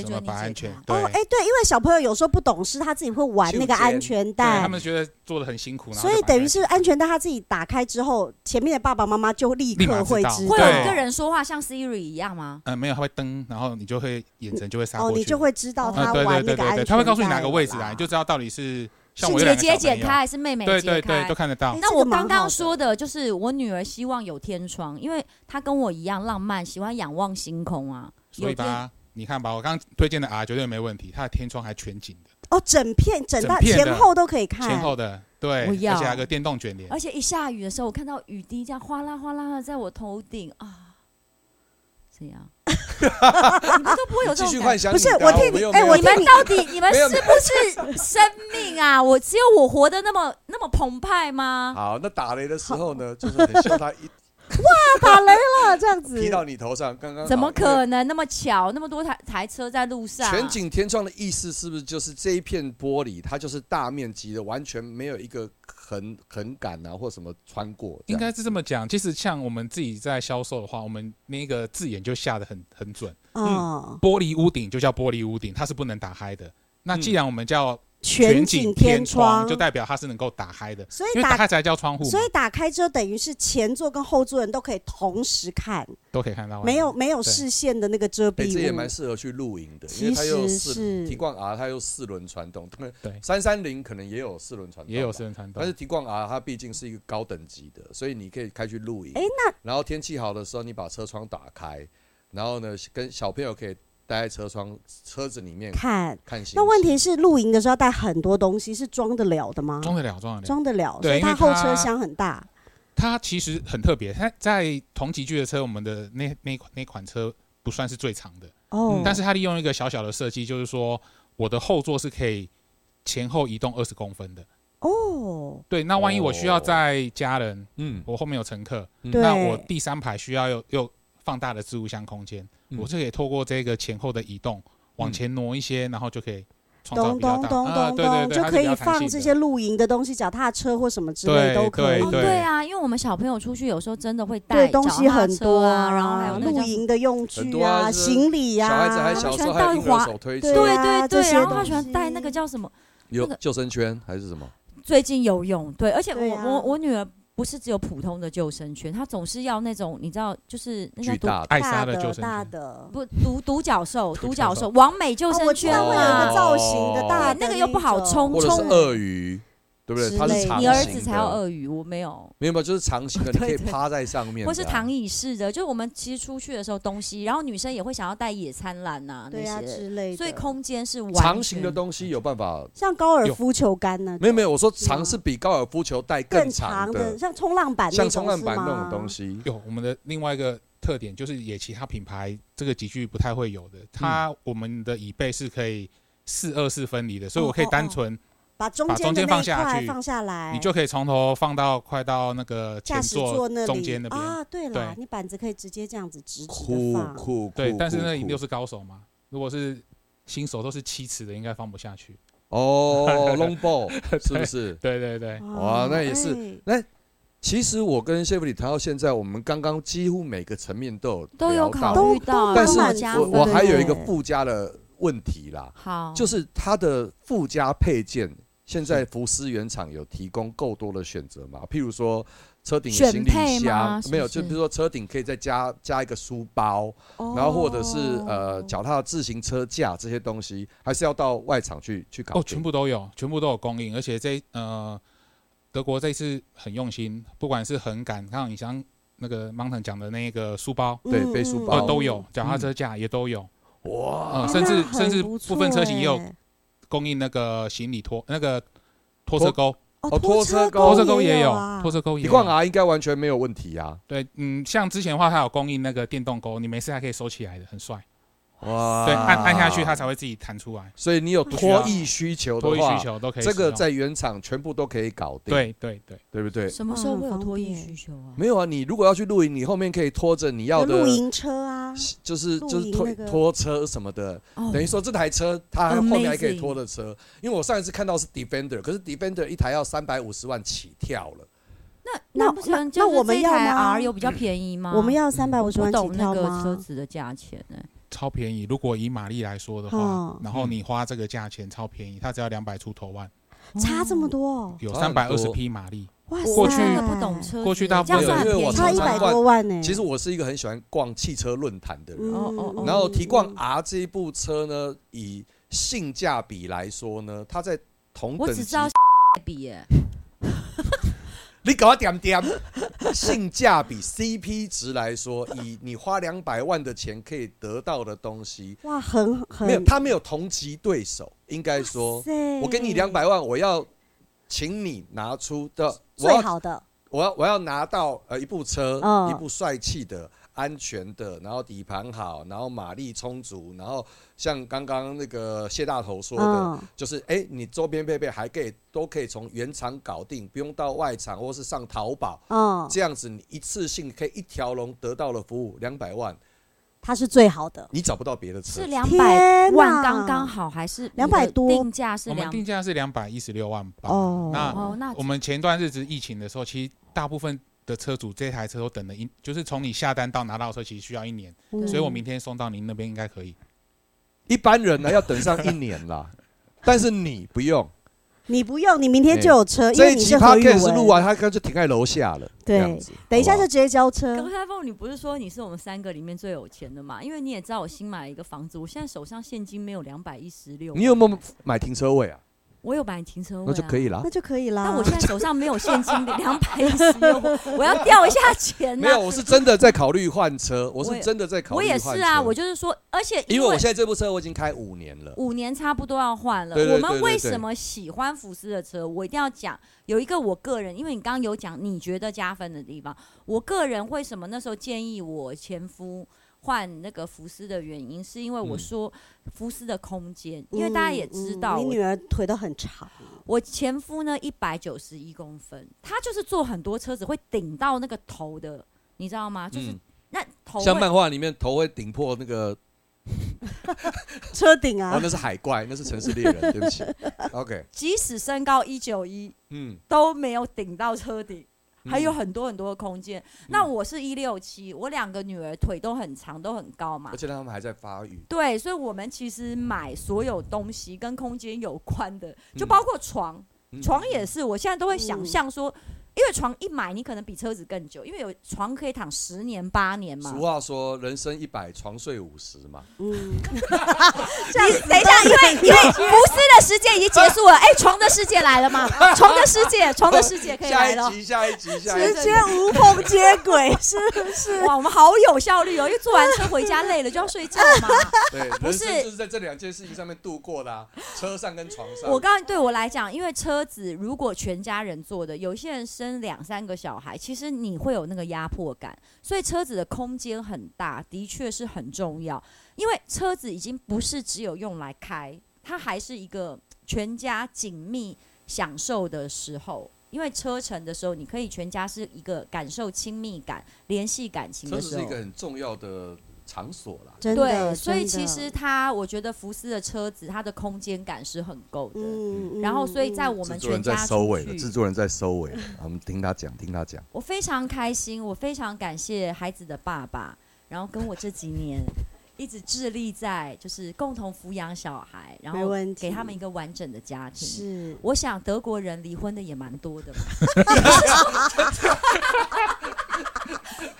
E: 谁
G: 什
E: 准
G: 么
E: 你
G: 把安
E: 解
G: 全
E: 开？
G: 对
F: 哦，哎、对，因为小朋友有时候不懂事，他自己会玩那个安全
G: 对
F: 带
G: 他，们觉得做的很辛苦，然后
F: 所以
G: 就把它
F: 等于是
G: 带
F: 安全带他自己打开之后，前面的爸爸妈妈就立
G: 立马
F: 刻
G: 知
F: 会
G: 道
F: 知
G: 对
E: 会有一个
F: 道。
E: 人说话像 Siri 一样吗？
G: 嗯，没有，他会蹬，然后你就会眼神就会杀
F: 哦，
G: 过去，
F: 你就会知道他
G: 啊，对
F: 玩
G: 对
F: 那个
G: 对对
F: 安全带、
G: 对，他会告诉你哪个位置啊，你就知道到底是像
E: 是
G: 我
E: 姐
G: 有两个
E: 姐
G: 小
E: 解
G: 朋友
E: 开还是妹妹
G: 对
E: 解
G: 对
E: 开
G: 对，都？看得到
F: 哎。
E: 那我刚刚
F: 这个蛮好
E: 说的就是我女儿希望有天窗，因为她跟我一样浪漫，喜欢仰望星空啊。
G: 所以吧，你看吧，我刚刚推荐的 R 绝对没问题，它的天窗还全景的，
F: 哦，整片整大
G: 整片的
F: 前后都可以看，
G: 前后的，对，
E: 我
G: 而且
E: 要
G: 还有个电动卷帘
E: 而，且一下雨的时候，我看到雨滴这样哗啦哗啦的在我头顶啊，这样， 你们都不会有这种
D: 继续
E: 感觉。
D: 幻想
F: 不
D: 你
F: 是
D: 的啊，
F: 我替
D: 们
F: 你
D: 又
F: 哎
D: 没有
F: 我
E: 你
F: 替
E: 们到底你们
D: 没有
E: 是不是生命啊？我只有我活得那么那么澎湃吗？
D: 好，那打雷的时 候呢，就是很希望他一
F: 啊打雷了这样
D: 劈
F: 子。
D: 到你头上，刚刚好
E: 怎么可能那么巧？那么多台台车在路上，
D: 全景天窗的意思是不是就是这一片玻璃，它就是大面积的，完全没有一个横横杆啊或什么穿过？
G: 应该
D: 这
G: 是这么讲。其实像我们自己在销售的话，我们那个字眼就下的很很准，
F: 哦，
G: 玻璃屋顶就叫玻璃屋顶，它是不能打开的。那既然我们叫
F: 嗯全景
G: 景
F: 天
G: 窗，
F: 窗
G: 就，代表它是能够打开的，
F: 所
G: 因
F: 以
G: 为打
F: 打
G: 开才叫窗户嘛，
F: 所以打开之后，等于是前座跟后座人都可以同时看，
G: 都可以看到外啊面。
F: 没有没有
G: 对
F: 视线的那个遮蔽
D: 样。哎，
F: 物。
D: 这也蛮适合去露营的，因为它又
F: 其实
D: 四
F: 是
D: 提冠 R，它又四轮传动，可能
G: 对
D: 三三零可能也有四轮传动吧，
G: 也有私人传
D: 但是
G: 动，
D: 提冠 R 它毕竟是一个高等级的，所以你可以开去露营。
F: 哎那
D: 然后天气好的时候，你把车窗打开，然后呢，跟小朋友可以待在车窗车子里面
F: 看，
D: 看星星。
F: 那问题是露营的时候要带很多东西，是装得了的吗？
G: 装得了，装得了。
F: 装得了，
G: 对
F: 所以
G: 因为
F: 它后
G: 它
F: 车厢很大。
G: 它其实很特别，它在同级距的车，我们的那那款那款车不算是最长的，
F: 哦，
G: 嗯但是它利用一个小小的设计，就是说我的后座是可以前后移动二十公分的。
F: 哦，
G: 对，那万一我需要
D: 哦
G: 载家人，
D: 嗯，
G: 我后面有乘客，
F: 对，
G: 嗯那我第三排需要有有放大的
F: 嗯
G: 置物箱空间，我就可以透过这个前后的移动往前挪一些，然后就可以。创造
F: 咚
G: 比较
F: 咚
G: 大。
F: 咚
G: 啊
F: 咚
G: 对对
F: 咚，
G: 对
F: 就
G: 它是
F: 可
G: 比
F: 以
G: 较弹
F: 放
G: 性
F: 这
G: 的
F: 些露营的东西，脚踏车或什么之类
G: 对
F: 都可
D: 哎
F: 以
G: 对。
E: 哦，
G: 对
E: 对啊，因为我们小朋友出去有时候真的会带
F: 对，东西很多
E: 脚踏车啊，然后还有那个
F: 露
E: 叫
F: 营的用
D: 很
F: 具
D: 多啊
F: 啊、
D: 就是
F: 行李呀，
D: 小孩子
E: 他
D: 还
E: 们
D: 小
E: 喜
D: 时
E: 欢
D: 候还有
E: 带
D: 婴儿
E: 滑
D: 手推
F: 对
D: 车，
E: 对
F: 啊
E: 对对，
F: 这些
E: 然后
F: 东
E: 他喜欢
F: 西
E: 带那个叫什么？
D: 有
E: 那个
D: 救生圈还是什么？
E: 最近游泳，对，而且
F: 对
E: 我、
F: 啊
E: 我我女儿不是只有普通的救生圈，她总是要那种你知道，就是那叫
D: 巨
E: 独
D: 大的
G: 艾
F: 大
G: 莎的
F: 的
G: 救生
F: 大
G: 圈，
F: 的，
E: 不独独角 兽，
G: 独
E: 独
G: 角
E: 角
G: 兽
E: 兽完美救
F: 哦
E: 生
F: 我知
E: 圈
F: 道会有一
E: 啊
F: 个造型的大
E: 对
F: 的，
E: 那个又不好冲
D: 或者是
E: 冲啊
D: 鳄鱼，对不对？它
F: 之类
D: 是
F: 的
D: 长
E: 你
D: 形
E: 儿
D: 的，
E: 子才要鳄鱼，我没有。
D: 没有没有，就是长形的，你可以
E: 对对
D: 趴在上面的啊，
E: 或是躺椅式的，就是我们其实出去的时候东西，然后女生也会想要带野餐篮呐、
F: 对啊
E: 那些，
F: 之类的，
E: 所以空间是完
D: 长形的
E: 全
D: 东西有办法？
F: 像高尔
G: 有
F: 夫球杆啊呢，
D: 没有没有，我说
F: 吗
D: 长是比高尔夫球带
F: 更
D: 长
F: 长的，，像冲浪板那
D: 像
F: 种
D: 冲浪板
F: 是吗
D: 那种东。西。
G: 有我们的另外一个特点就是，也其他品牌这个集具不太会有的。它
F: 嗯
G: 我们的椅背是可以四二四分离的，所以我可以
F: 哦哦
G: 单纯，
F: 把中
G: 把
F: 间
G: 中
F: 的
G: 间
F: 那
G: 放
F: 一
G: 下
F: 块
G: 去
F: 放下来，
G: 你就可以从头放到快到那个前
F: 哎驾驶座那里
G: 中间那边。
F: 啊，对啦
G: 对，
F: 你板子可以直接这样子直直的
D: 酷
F: 放。
D: 酷酷！
G: 对，但是那一
D: 酷
G: 定都是高手嘛。如果是新手都是七尺的，应该放不下去。
D: 哦，long ball 是不是？
G: 对对
F: 哦
G: 对，
D: 哇那也是
F: 哎
D: 其实我跟谢弗里谈到现在，我们刚刚几乎每个层面都有
E: 都有
D: 聊到
E: 考虑
F: 都
E: 到，
D: 但
E: 都
D: 是
E: 有
F: 满
E: 加
F: 足
D: 我
E: 分
D: 我还有一
F: 对
D: 个附加的问题啦，
E: 好，
D: 就是它的附加配件，现在福斯原厂有提供够多的选择嘛？譬如说车顶的行
E: 选配
D: 李
E: 吗
D: 箱
E: 是不，是
D: 没有，就比如说车顶可以再加加一个书包，
F: 哦
D: 然后或者是呃脚踏自行车架这些东西，还是要到外厂去去搞定。
G: 哦，全部都有，全部都有供应，而且这呃，德国这次很用心，不管是横杆，刚刚你像那个 Mountain 讲的那个书包，
D: 对
F: 嗯
D: 背书
F: 嗯
D: 包
G: 呃
D: 哦，
G: 都有，脚踏车架也都有，
D: 哇
G: 呃，
F: 哎
G: 甚至
F: 那很
G: 甚至
F: 不
G: 部分车型也有
F: 错哎
G: 供应那个行李拖那个拖车钩，
D: 哦
F: 哦
D: 拖车
F: 车
D: 钩
G: 拖车钩也
F: 也
G: 有
F: 啊，
G: 拖车钩也
D: 你逛
G: 有。
D: 啊，应该完全没有问题啊！
G: 对，嗯，像之前的话，它有供应那个电动钩，你没事还可以收起来的，很帅。
D: 哇
G: 对，按按下去它才会自己弹出来，
D: 所以你有
G: 不需要
D: 脱衣需求的
G: 多余
D: 话，
G: 需求都可以使
D: 这
G: 用。
D: 个在原厂全部都可以搞定，
G: 对对对，
D: 对不对？
E: 什么时候
F: 嗯
E: 会有
F: 方
E: 脱衣
F: 便
E: 需求啊？
D: 没有啊，你如果要去露营，你后面可以拖着你要
F: 有
D: 的
F: 露，营车啊，
D: 就是
F: 露
D: 就是
F: 营
D: 拖
F: 那个嗯
D: 拖车什么的，
E: 哦
D: 等于说这台车它还后
E: Amazing
D: 面还可以拖的车。因为我上一次看到是 Defender，可是 Defender 一台要三百五十万起跳了，
E: 那
F: 那
E: 那不
F: 那
E: 成
F: 那
E: 就
F: 我
E: 是
F: 们
E: 这一
F: 要
E: 台
F: 吗
E: R 有比较便宜吗？
F: 我们要三百五十
E: 不
F: 万起
E: 啊嗯懂那
F: 跳
E: 个
F: 吗？
E: 车子的价钱呢、
G: 超便宜。如果以马力来说的话
F: 嗯，
G: 然后你花这个价钱超便宜，它只要两百出头万，
F: 差这么多哦，
G: 有
D: 差
G: 三
D: 很
G: 百二十
D: 多
G: 匹马力。
F: 哇塞！
E: 我
G: 过去
E: 嗯真的不
F: 哎
E: 懂车子，哦
G: 过去大部
E: 这样
G: 分
E: 算很
D: 因为
E: 便
D: 我
E: 宜
F: 差
D: 常
F: 一
D: 常
F: 百
E: 吗
D: 逛
F: 多万呢。
D: 其实我是一个很喜欢逛汽车论坛的人，
F: 嗯，
E: 哦哦哦
D: 然后提
F: 嗯
D: 逛 R 这一部车呢，以性价比来说呢，它在同
E: 我
D: 等
E: 只
D: 级
E: 知道比耶、
D: 你搞我点点， 性价比 CP 值来说，以你花两百万的钱可以得到的东西，
F: 哇，很很
D: 没有，他没有同级对手。应该说，
F: 塞
D: 我给你两百万，我要请你拿出的，我
F: 最
D: 要
F: 好的，
D: 我要我要拿到呃一部车，
F: 嗯
D: 一部帅气的、安全的，然后底盘好，然后马力充足，然后像刚刚那个谢大头说的，
F: 嗯，
D: 就是哎、诶你周边配备还可以都可以从原厂搞定，不用到外厂或是上淘宝，
F: 嗯，
D: 这样子你一次性可以一条龙得到了服务两百万，
F: 它是最好的，
D: 你找不到别的车
E: 是。两百
F: 天
E: 万
F: 哪
E: 刚刚好，还是
F: 200
E: 你的
F: 多
E: 定价是
G: 我们
E: 两
G: 定价是两百一十六万八。
F: 哦
G: 那
E: 哦，那
G: 我们前段日子疫情的时候，其实大部分的车主这台车都等了一，就是从你下单到拿到车，其实需要一年，
F: 嗯
G: 所以我明天送到您那边应该可以。
D: 一般人呢要等上一年 啦，但是你不用。
F: 你不用，你明天就有车，因
D: 这
F: 为
D: 一
F: 你
D: 集
F: 是何宇
D: podcast
F: 文。
D: 录完，他干脆停在楼下了。
F: 对
D: 这样子
F: 等一下
D: 好不
F: 就
D: 好啊
F: 直接交
E: 刚
F: 车，
E: 才凤，你不是说你是我们三个里面最有钱的嘛？因为你也知道我新买了一个房子，我现在手上现金没有两百一十六。
D: 你有没有买停车位啊？
E: 我有买停车位、啊，
D: 那就可以。啦
F: 那。就可以啦。
E: 但我现在手上没有现金两百一十六，我要掉一下钱
D: 没
E: 呐、
D: 有，我是真的在考虑换车，我
E: 我
D: 是
E: 也
D: 真的在考
E: 我
D: 虑
E: 也
D: 换车。
E: 是啊，我就是说，而且
D: 因为
E: 为
D: 我现在这部车我已经开五年了。
E: 五年差不多要换了。
D: 对对对
E: 我
D: 对
E: 们
D: 对
E: 为什么喜欢福斯的车？我一定要讲有一个我个人，因为你刚刚有讲你觉得加分的地方，我个人为什么那时候建议我前夫。换那个福斯的原因，是因为
D: 嗯
E: 我说福斯的空间，因为大家也知道，
F: 嗯嗯你
E: 我
F: 女儿腿都很长，
E: 我前夫呢一百九十一公分，他就是坐很多车子会顶到那个头的，你知道吗？就是、
D: 嗯
E: 那头
D: 像
E: 会
D: 漫画里面头会顶破那个
F: 车顶
D: 哦
F: 啊，，
D: 那是海怪，那是城市猎 人，对不起。OK，
E: 即使身高一九一
D: 嗯，
E: 都没有顶到车顶，
D: 嗯
E: 还有很多很多的空间。那我是一六七，我两个女儿腿都很长，都很高嘛
D: 而。且他们还在发育，
E: 对，所以我们其实买所有东西跟空间有关的，就包括床，
D: 嗯哦
E: 床也是，我现在都会想
F: 嗯
E: 象说，因为床一买，你可能比车子更久，因为有床可以躺十年八年嘛。
D: 俗话说，人生一百，床睡五十嘛。
F: 嗯，
E: 你等一下，因为因为福斯的世界已经结束了，哎、床的世界来了嘛？床的世界，床的世界可以
D: 下
E: 来
D: 一
E: 了。
D: 集，下一集，下一
F: 直
D: 集。
F: 接无缝接轨，是不是？
E: 哇，我们好有效率哦！因为坐完车回家累了就要睡觉嘛。
D: 对，
E: 不
D: 人
E: 是
D: 生就是在这两件事情上面度过的、啊，车上跟床上。
E: 我告诉你，对我来讲，因为车子如果全家人坐的，有些人生两三个小孩，其实你会有那个压迫感，所以车子的空间很大，的确是很重要。因为车子已经不是只有用来开，它还是一个全家紧密享受的时候。因为车程的时候，你可以全家是一个感受亲密感、联系感情
D: 车
E: 的
D: 子
E: 时
D: 是
E: 候
D: 一。个很重要的场所啦。
F: 真
E: 对，
F: 的，
E: 所以
F: 真的
E: 其实它，我觉得福斯的车子，它的空间感是很够的。
F: 嗯
E: 然后，所以在
F: 嗯
E: 我们全家出去
D: 作人在收尾了，我们听他讲，听他讲。
E: 我非常开心，我非常感谢孩子的爸爸，然后跟我这几年一直致力在就是共同抚养小孩，然
F: 没
E: 后
F: 问题，
E: 给他们一个完整的家庭。
F: 是
E: 我想德国人离婚的也蛮多的嘛，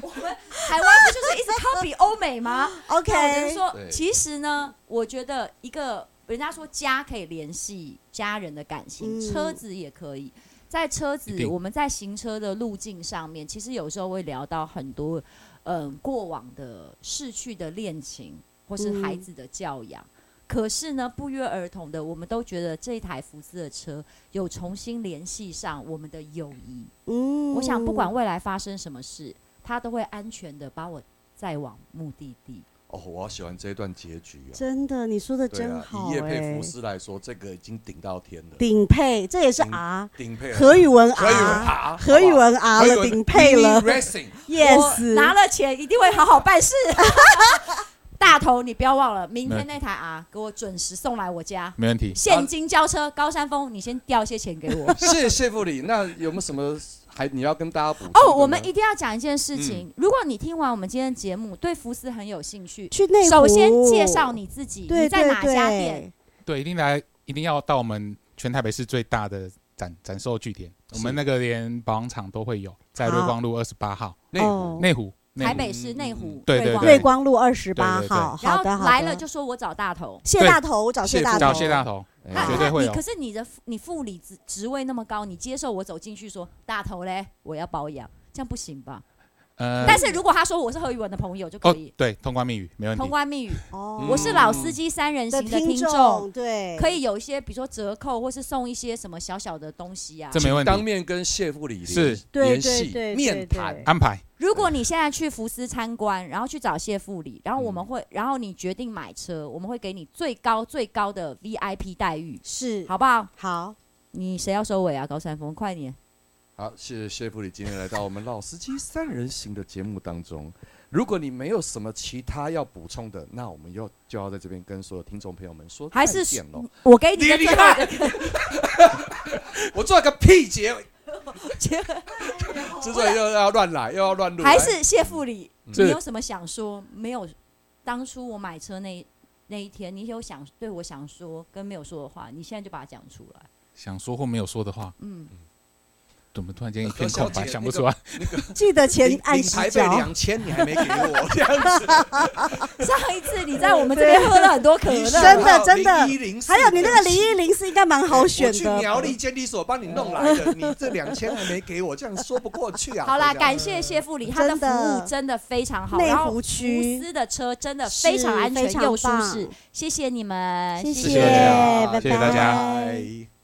E: 我们台湾不就是一直 copy 欧美吗？那我就
F: OK，
E: 说，
D: 对
E: 其实呢，我觉得一个人家说家可以联系家人的感情，
F: 嗯
E: 车子也可以。在车
G: 一
E: 子，
G: 定
E: 我们在行车的路径上面，其实有时候会聊到很多，嗯、过往的逝去的恋情，或是孩
F: 嗯
E: 子的教养。可是呢，不约而同的，我们都觉得这一台福斯的车有重新联系上我们的友谊。
F: 嗯
E: 我想，不管未来发生什么事，它都会安全的把我载往目的地。
D: 哦，我好喜欢这一段结局啊！
F: 真的，你说的
D: 对
F: 真
D: 啊，
F: 好
D: 以叶
F: 哎
D: 配福斯来说，这个已经顶到天了，
F: 顶配，这也是
D: 顶
F: R，
D: 顶配了啊
F: 何宇文
D: 何宇文
F: R，
D: 啊，
F: 何宇文
D: 好
F: R
D: 不好
F: 了，顶配了
D: Mini Racing，
E: 我拿
F: ，Yes，
E: 了钱一定会好好办事。大头，你不要忘了，明天那台啊，给我准时送来我家，
G: 没问题。
E: 现金交车。高山峰，你先调一些钱给我。
D: 谢谢谢副理。那有没有什么还你要跟大家补充的呢？
E: 哦，我们一定要讲一件事情。如果你听完我们今天的节目，对福斯很有兴趣，
F: 去内湖，
E: 首先介绍，你自己，
F: 对
E: 你在
F: 对
E: 哪家店？
F: 对，
G: 对，一定来，一定要到我们全台北市最大的展展售据点，我们那个连保养厂都会有，在瑞光路二十八号
D: 内湖
F: 哦，
G: 内湖。内湖
E: 台北市内湖
G: 对对
E: 光
G: 对
F: 瑞光路二十八
G: 对对对
F: 号，
E: 然
F: 好
E: 后
F: 的，好的
E: 来了就说我找大头。
F: 谢大头，我找
D: 谢
F: 谢大
D: 副
G: 找
F: 头，
G: 谢大头，
E: 那
G: 绝
D: 哎
G: 对
E: 那
G: 会
E: 你
G: 有
E: 可是你的副你副理职职位那么高，你接受我走进去说大头嘞，我要保养，这样不行吧？
G: 呃，
E: 但是如果他说我是何宇文的朋友就可
G: 哦
E: 以，，
G: 对，通关密语没问题
E: 通。关密语，
F: 哦
E: 我是老司机三人
F: 的
E: 行嗯的听
F: 众，
E: 众，
F: 对，
E: 可以有一些比如说折扣或是送一些什么小小的东西啊
G: 这。没问
D: 当
G: 题，
D: 面跟谢副理
G: 是
F: 对
D: 联
F: 对
D: 系
F: 对对
D: 面
F: 对
D: 谈，
G: 安排
E: 如果你现在去福斯参观，然后去找谢副理，然后我们会，然后你决定买车，我们会给你最高最高的 VIP 待遇，
F: 是
E: 好不好？
F: 好，
E: 你谁要收尾啊？高山峰，快点！
D: 好，谢谢谢副理今天来到我们老司机三人行的节目当中。如果你没有什么其他要补充的，那我们又就要在这边跟所有听众朋友们说
E: 还
D: 再
E: 是
D: 见喽。
E: 我给你
D: 你
E: 的最
D: 你
E: 后一个
D: 看，我做个屁 结尾，
E: 结
D: 制作人又要乱来，又要乱录，
E: 还
D: 来
E: 是谢副理，
G: 这
E: 你有什么想说？没有，当初我买车那那一天，你有想对我想说跟没有说的话，你现在就把它讲出来。
G: 想说或没有说的话，
E: 嗯，
G: 怎么突然间一
D: 何
G: 片
D: 小
G: 空白，
D: 姐
G: 想不
D: 那个
G: 出来？
F: 记得
D: 领
F: 前按
D: 领台
F: 时
D: 费
F: 交，
D: 两千，你还 没给我这样 子，
E: 上一次你在我们这 边喝了很多可乐，
F: 真的真的
D: 一零
F: 还有你那个零一零四应该蛮好选
D: 我去
F: 的，
D: 苗栗监理所帮你弄来的，你这两千还没给我，这样说不过 去啊。
E: 好啦，
D: 何小姐
E: 感谢谢副理，他的
F: 真的
E: 服务真的非常好，
F: 内
E: 然后
F: 湖区
E: 福斯的车真的非常安
F: 是非
E: 全
F: 常
E: 又舒
F: 棒
E: 适，谢谢你们，
F: 谢
G: 谢谢大家
F: 拜
G: 谢谢大家
F: 拜。
D: 拜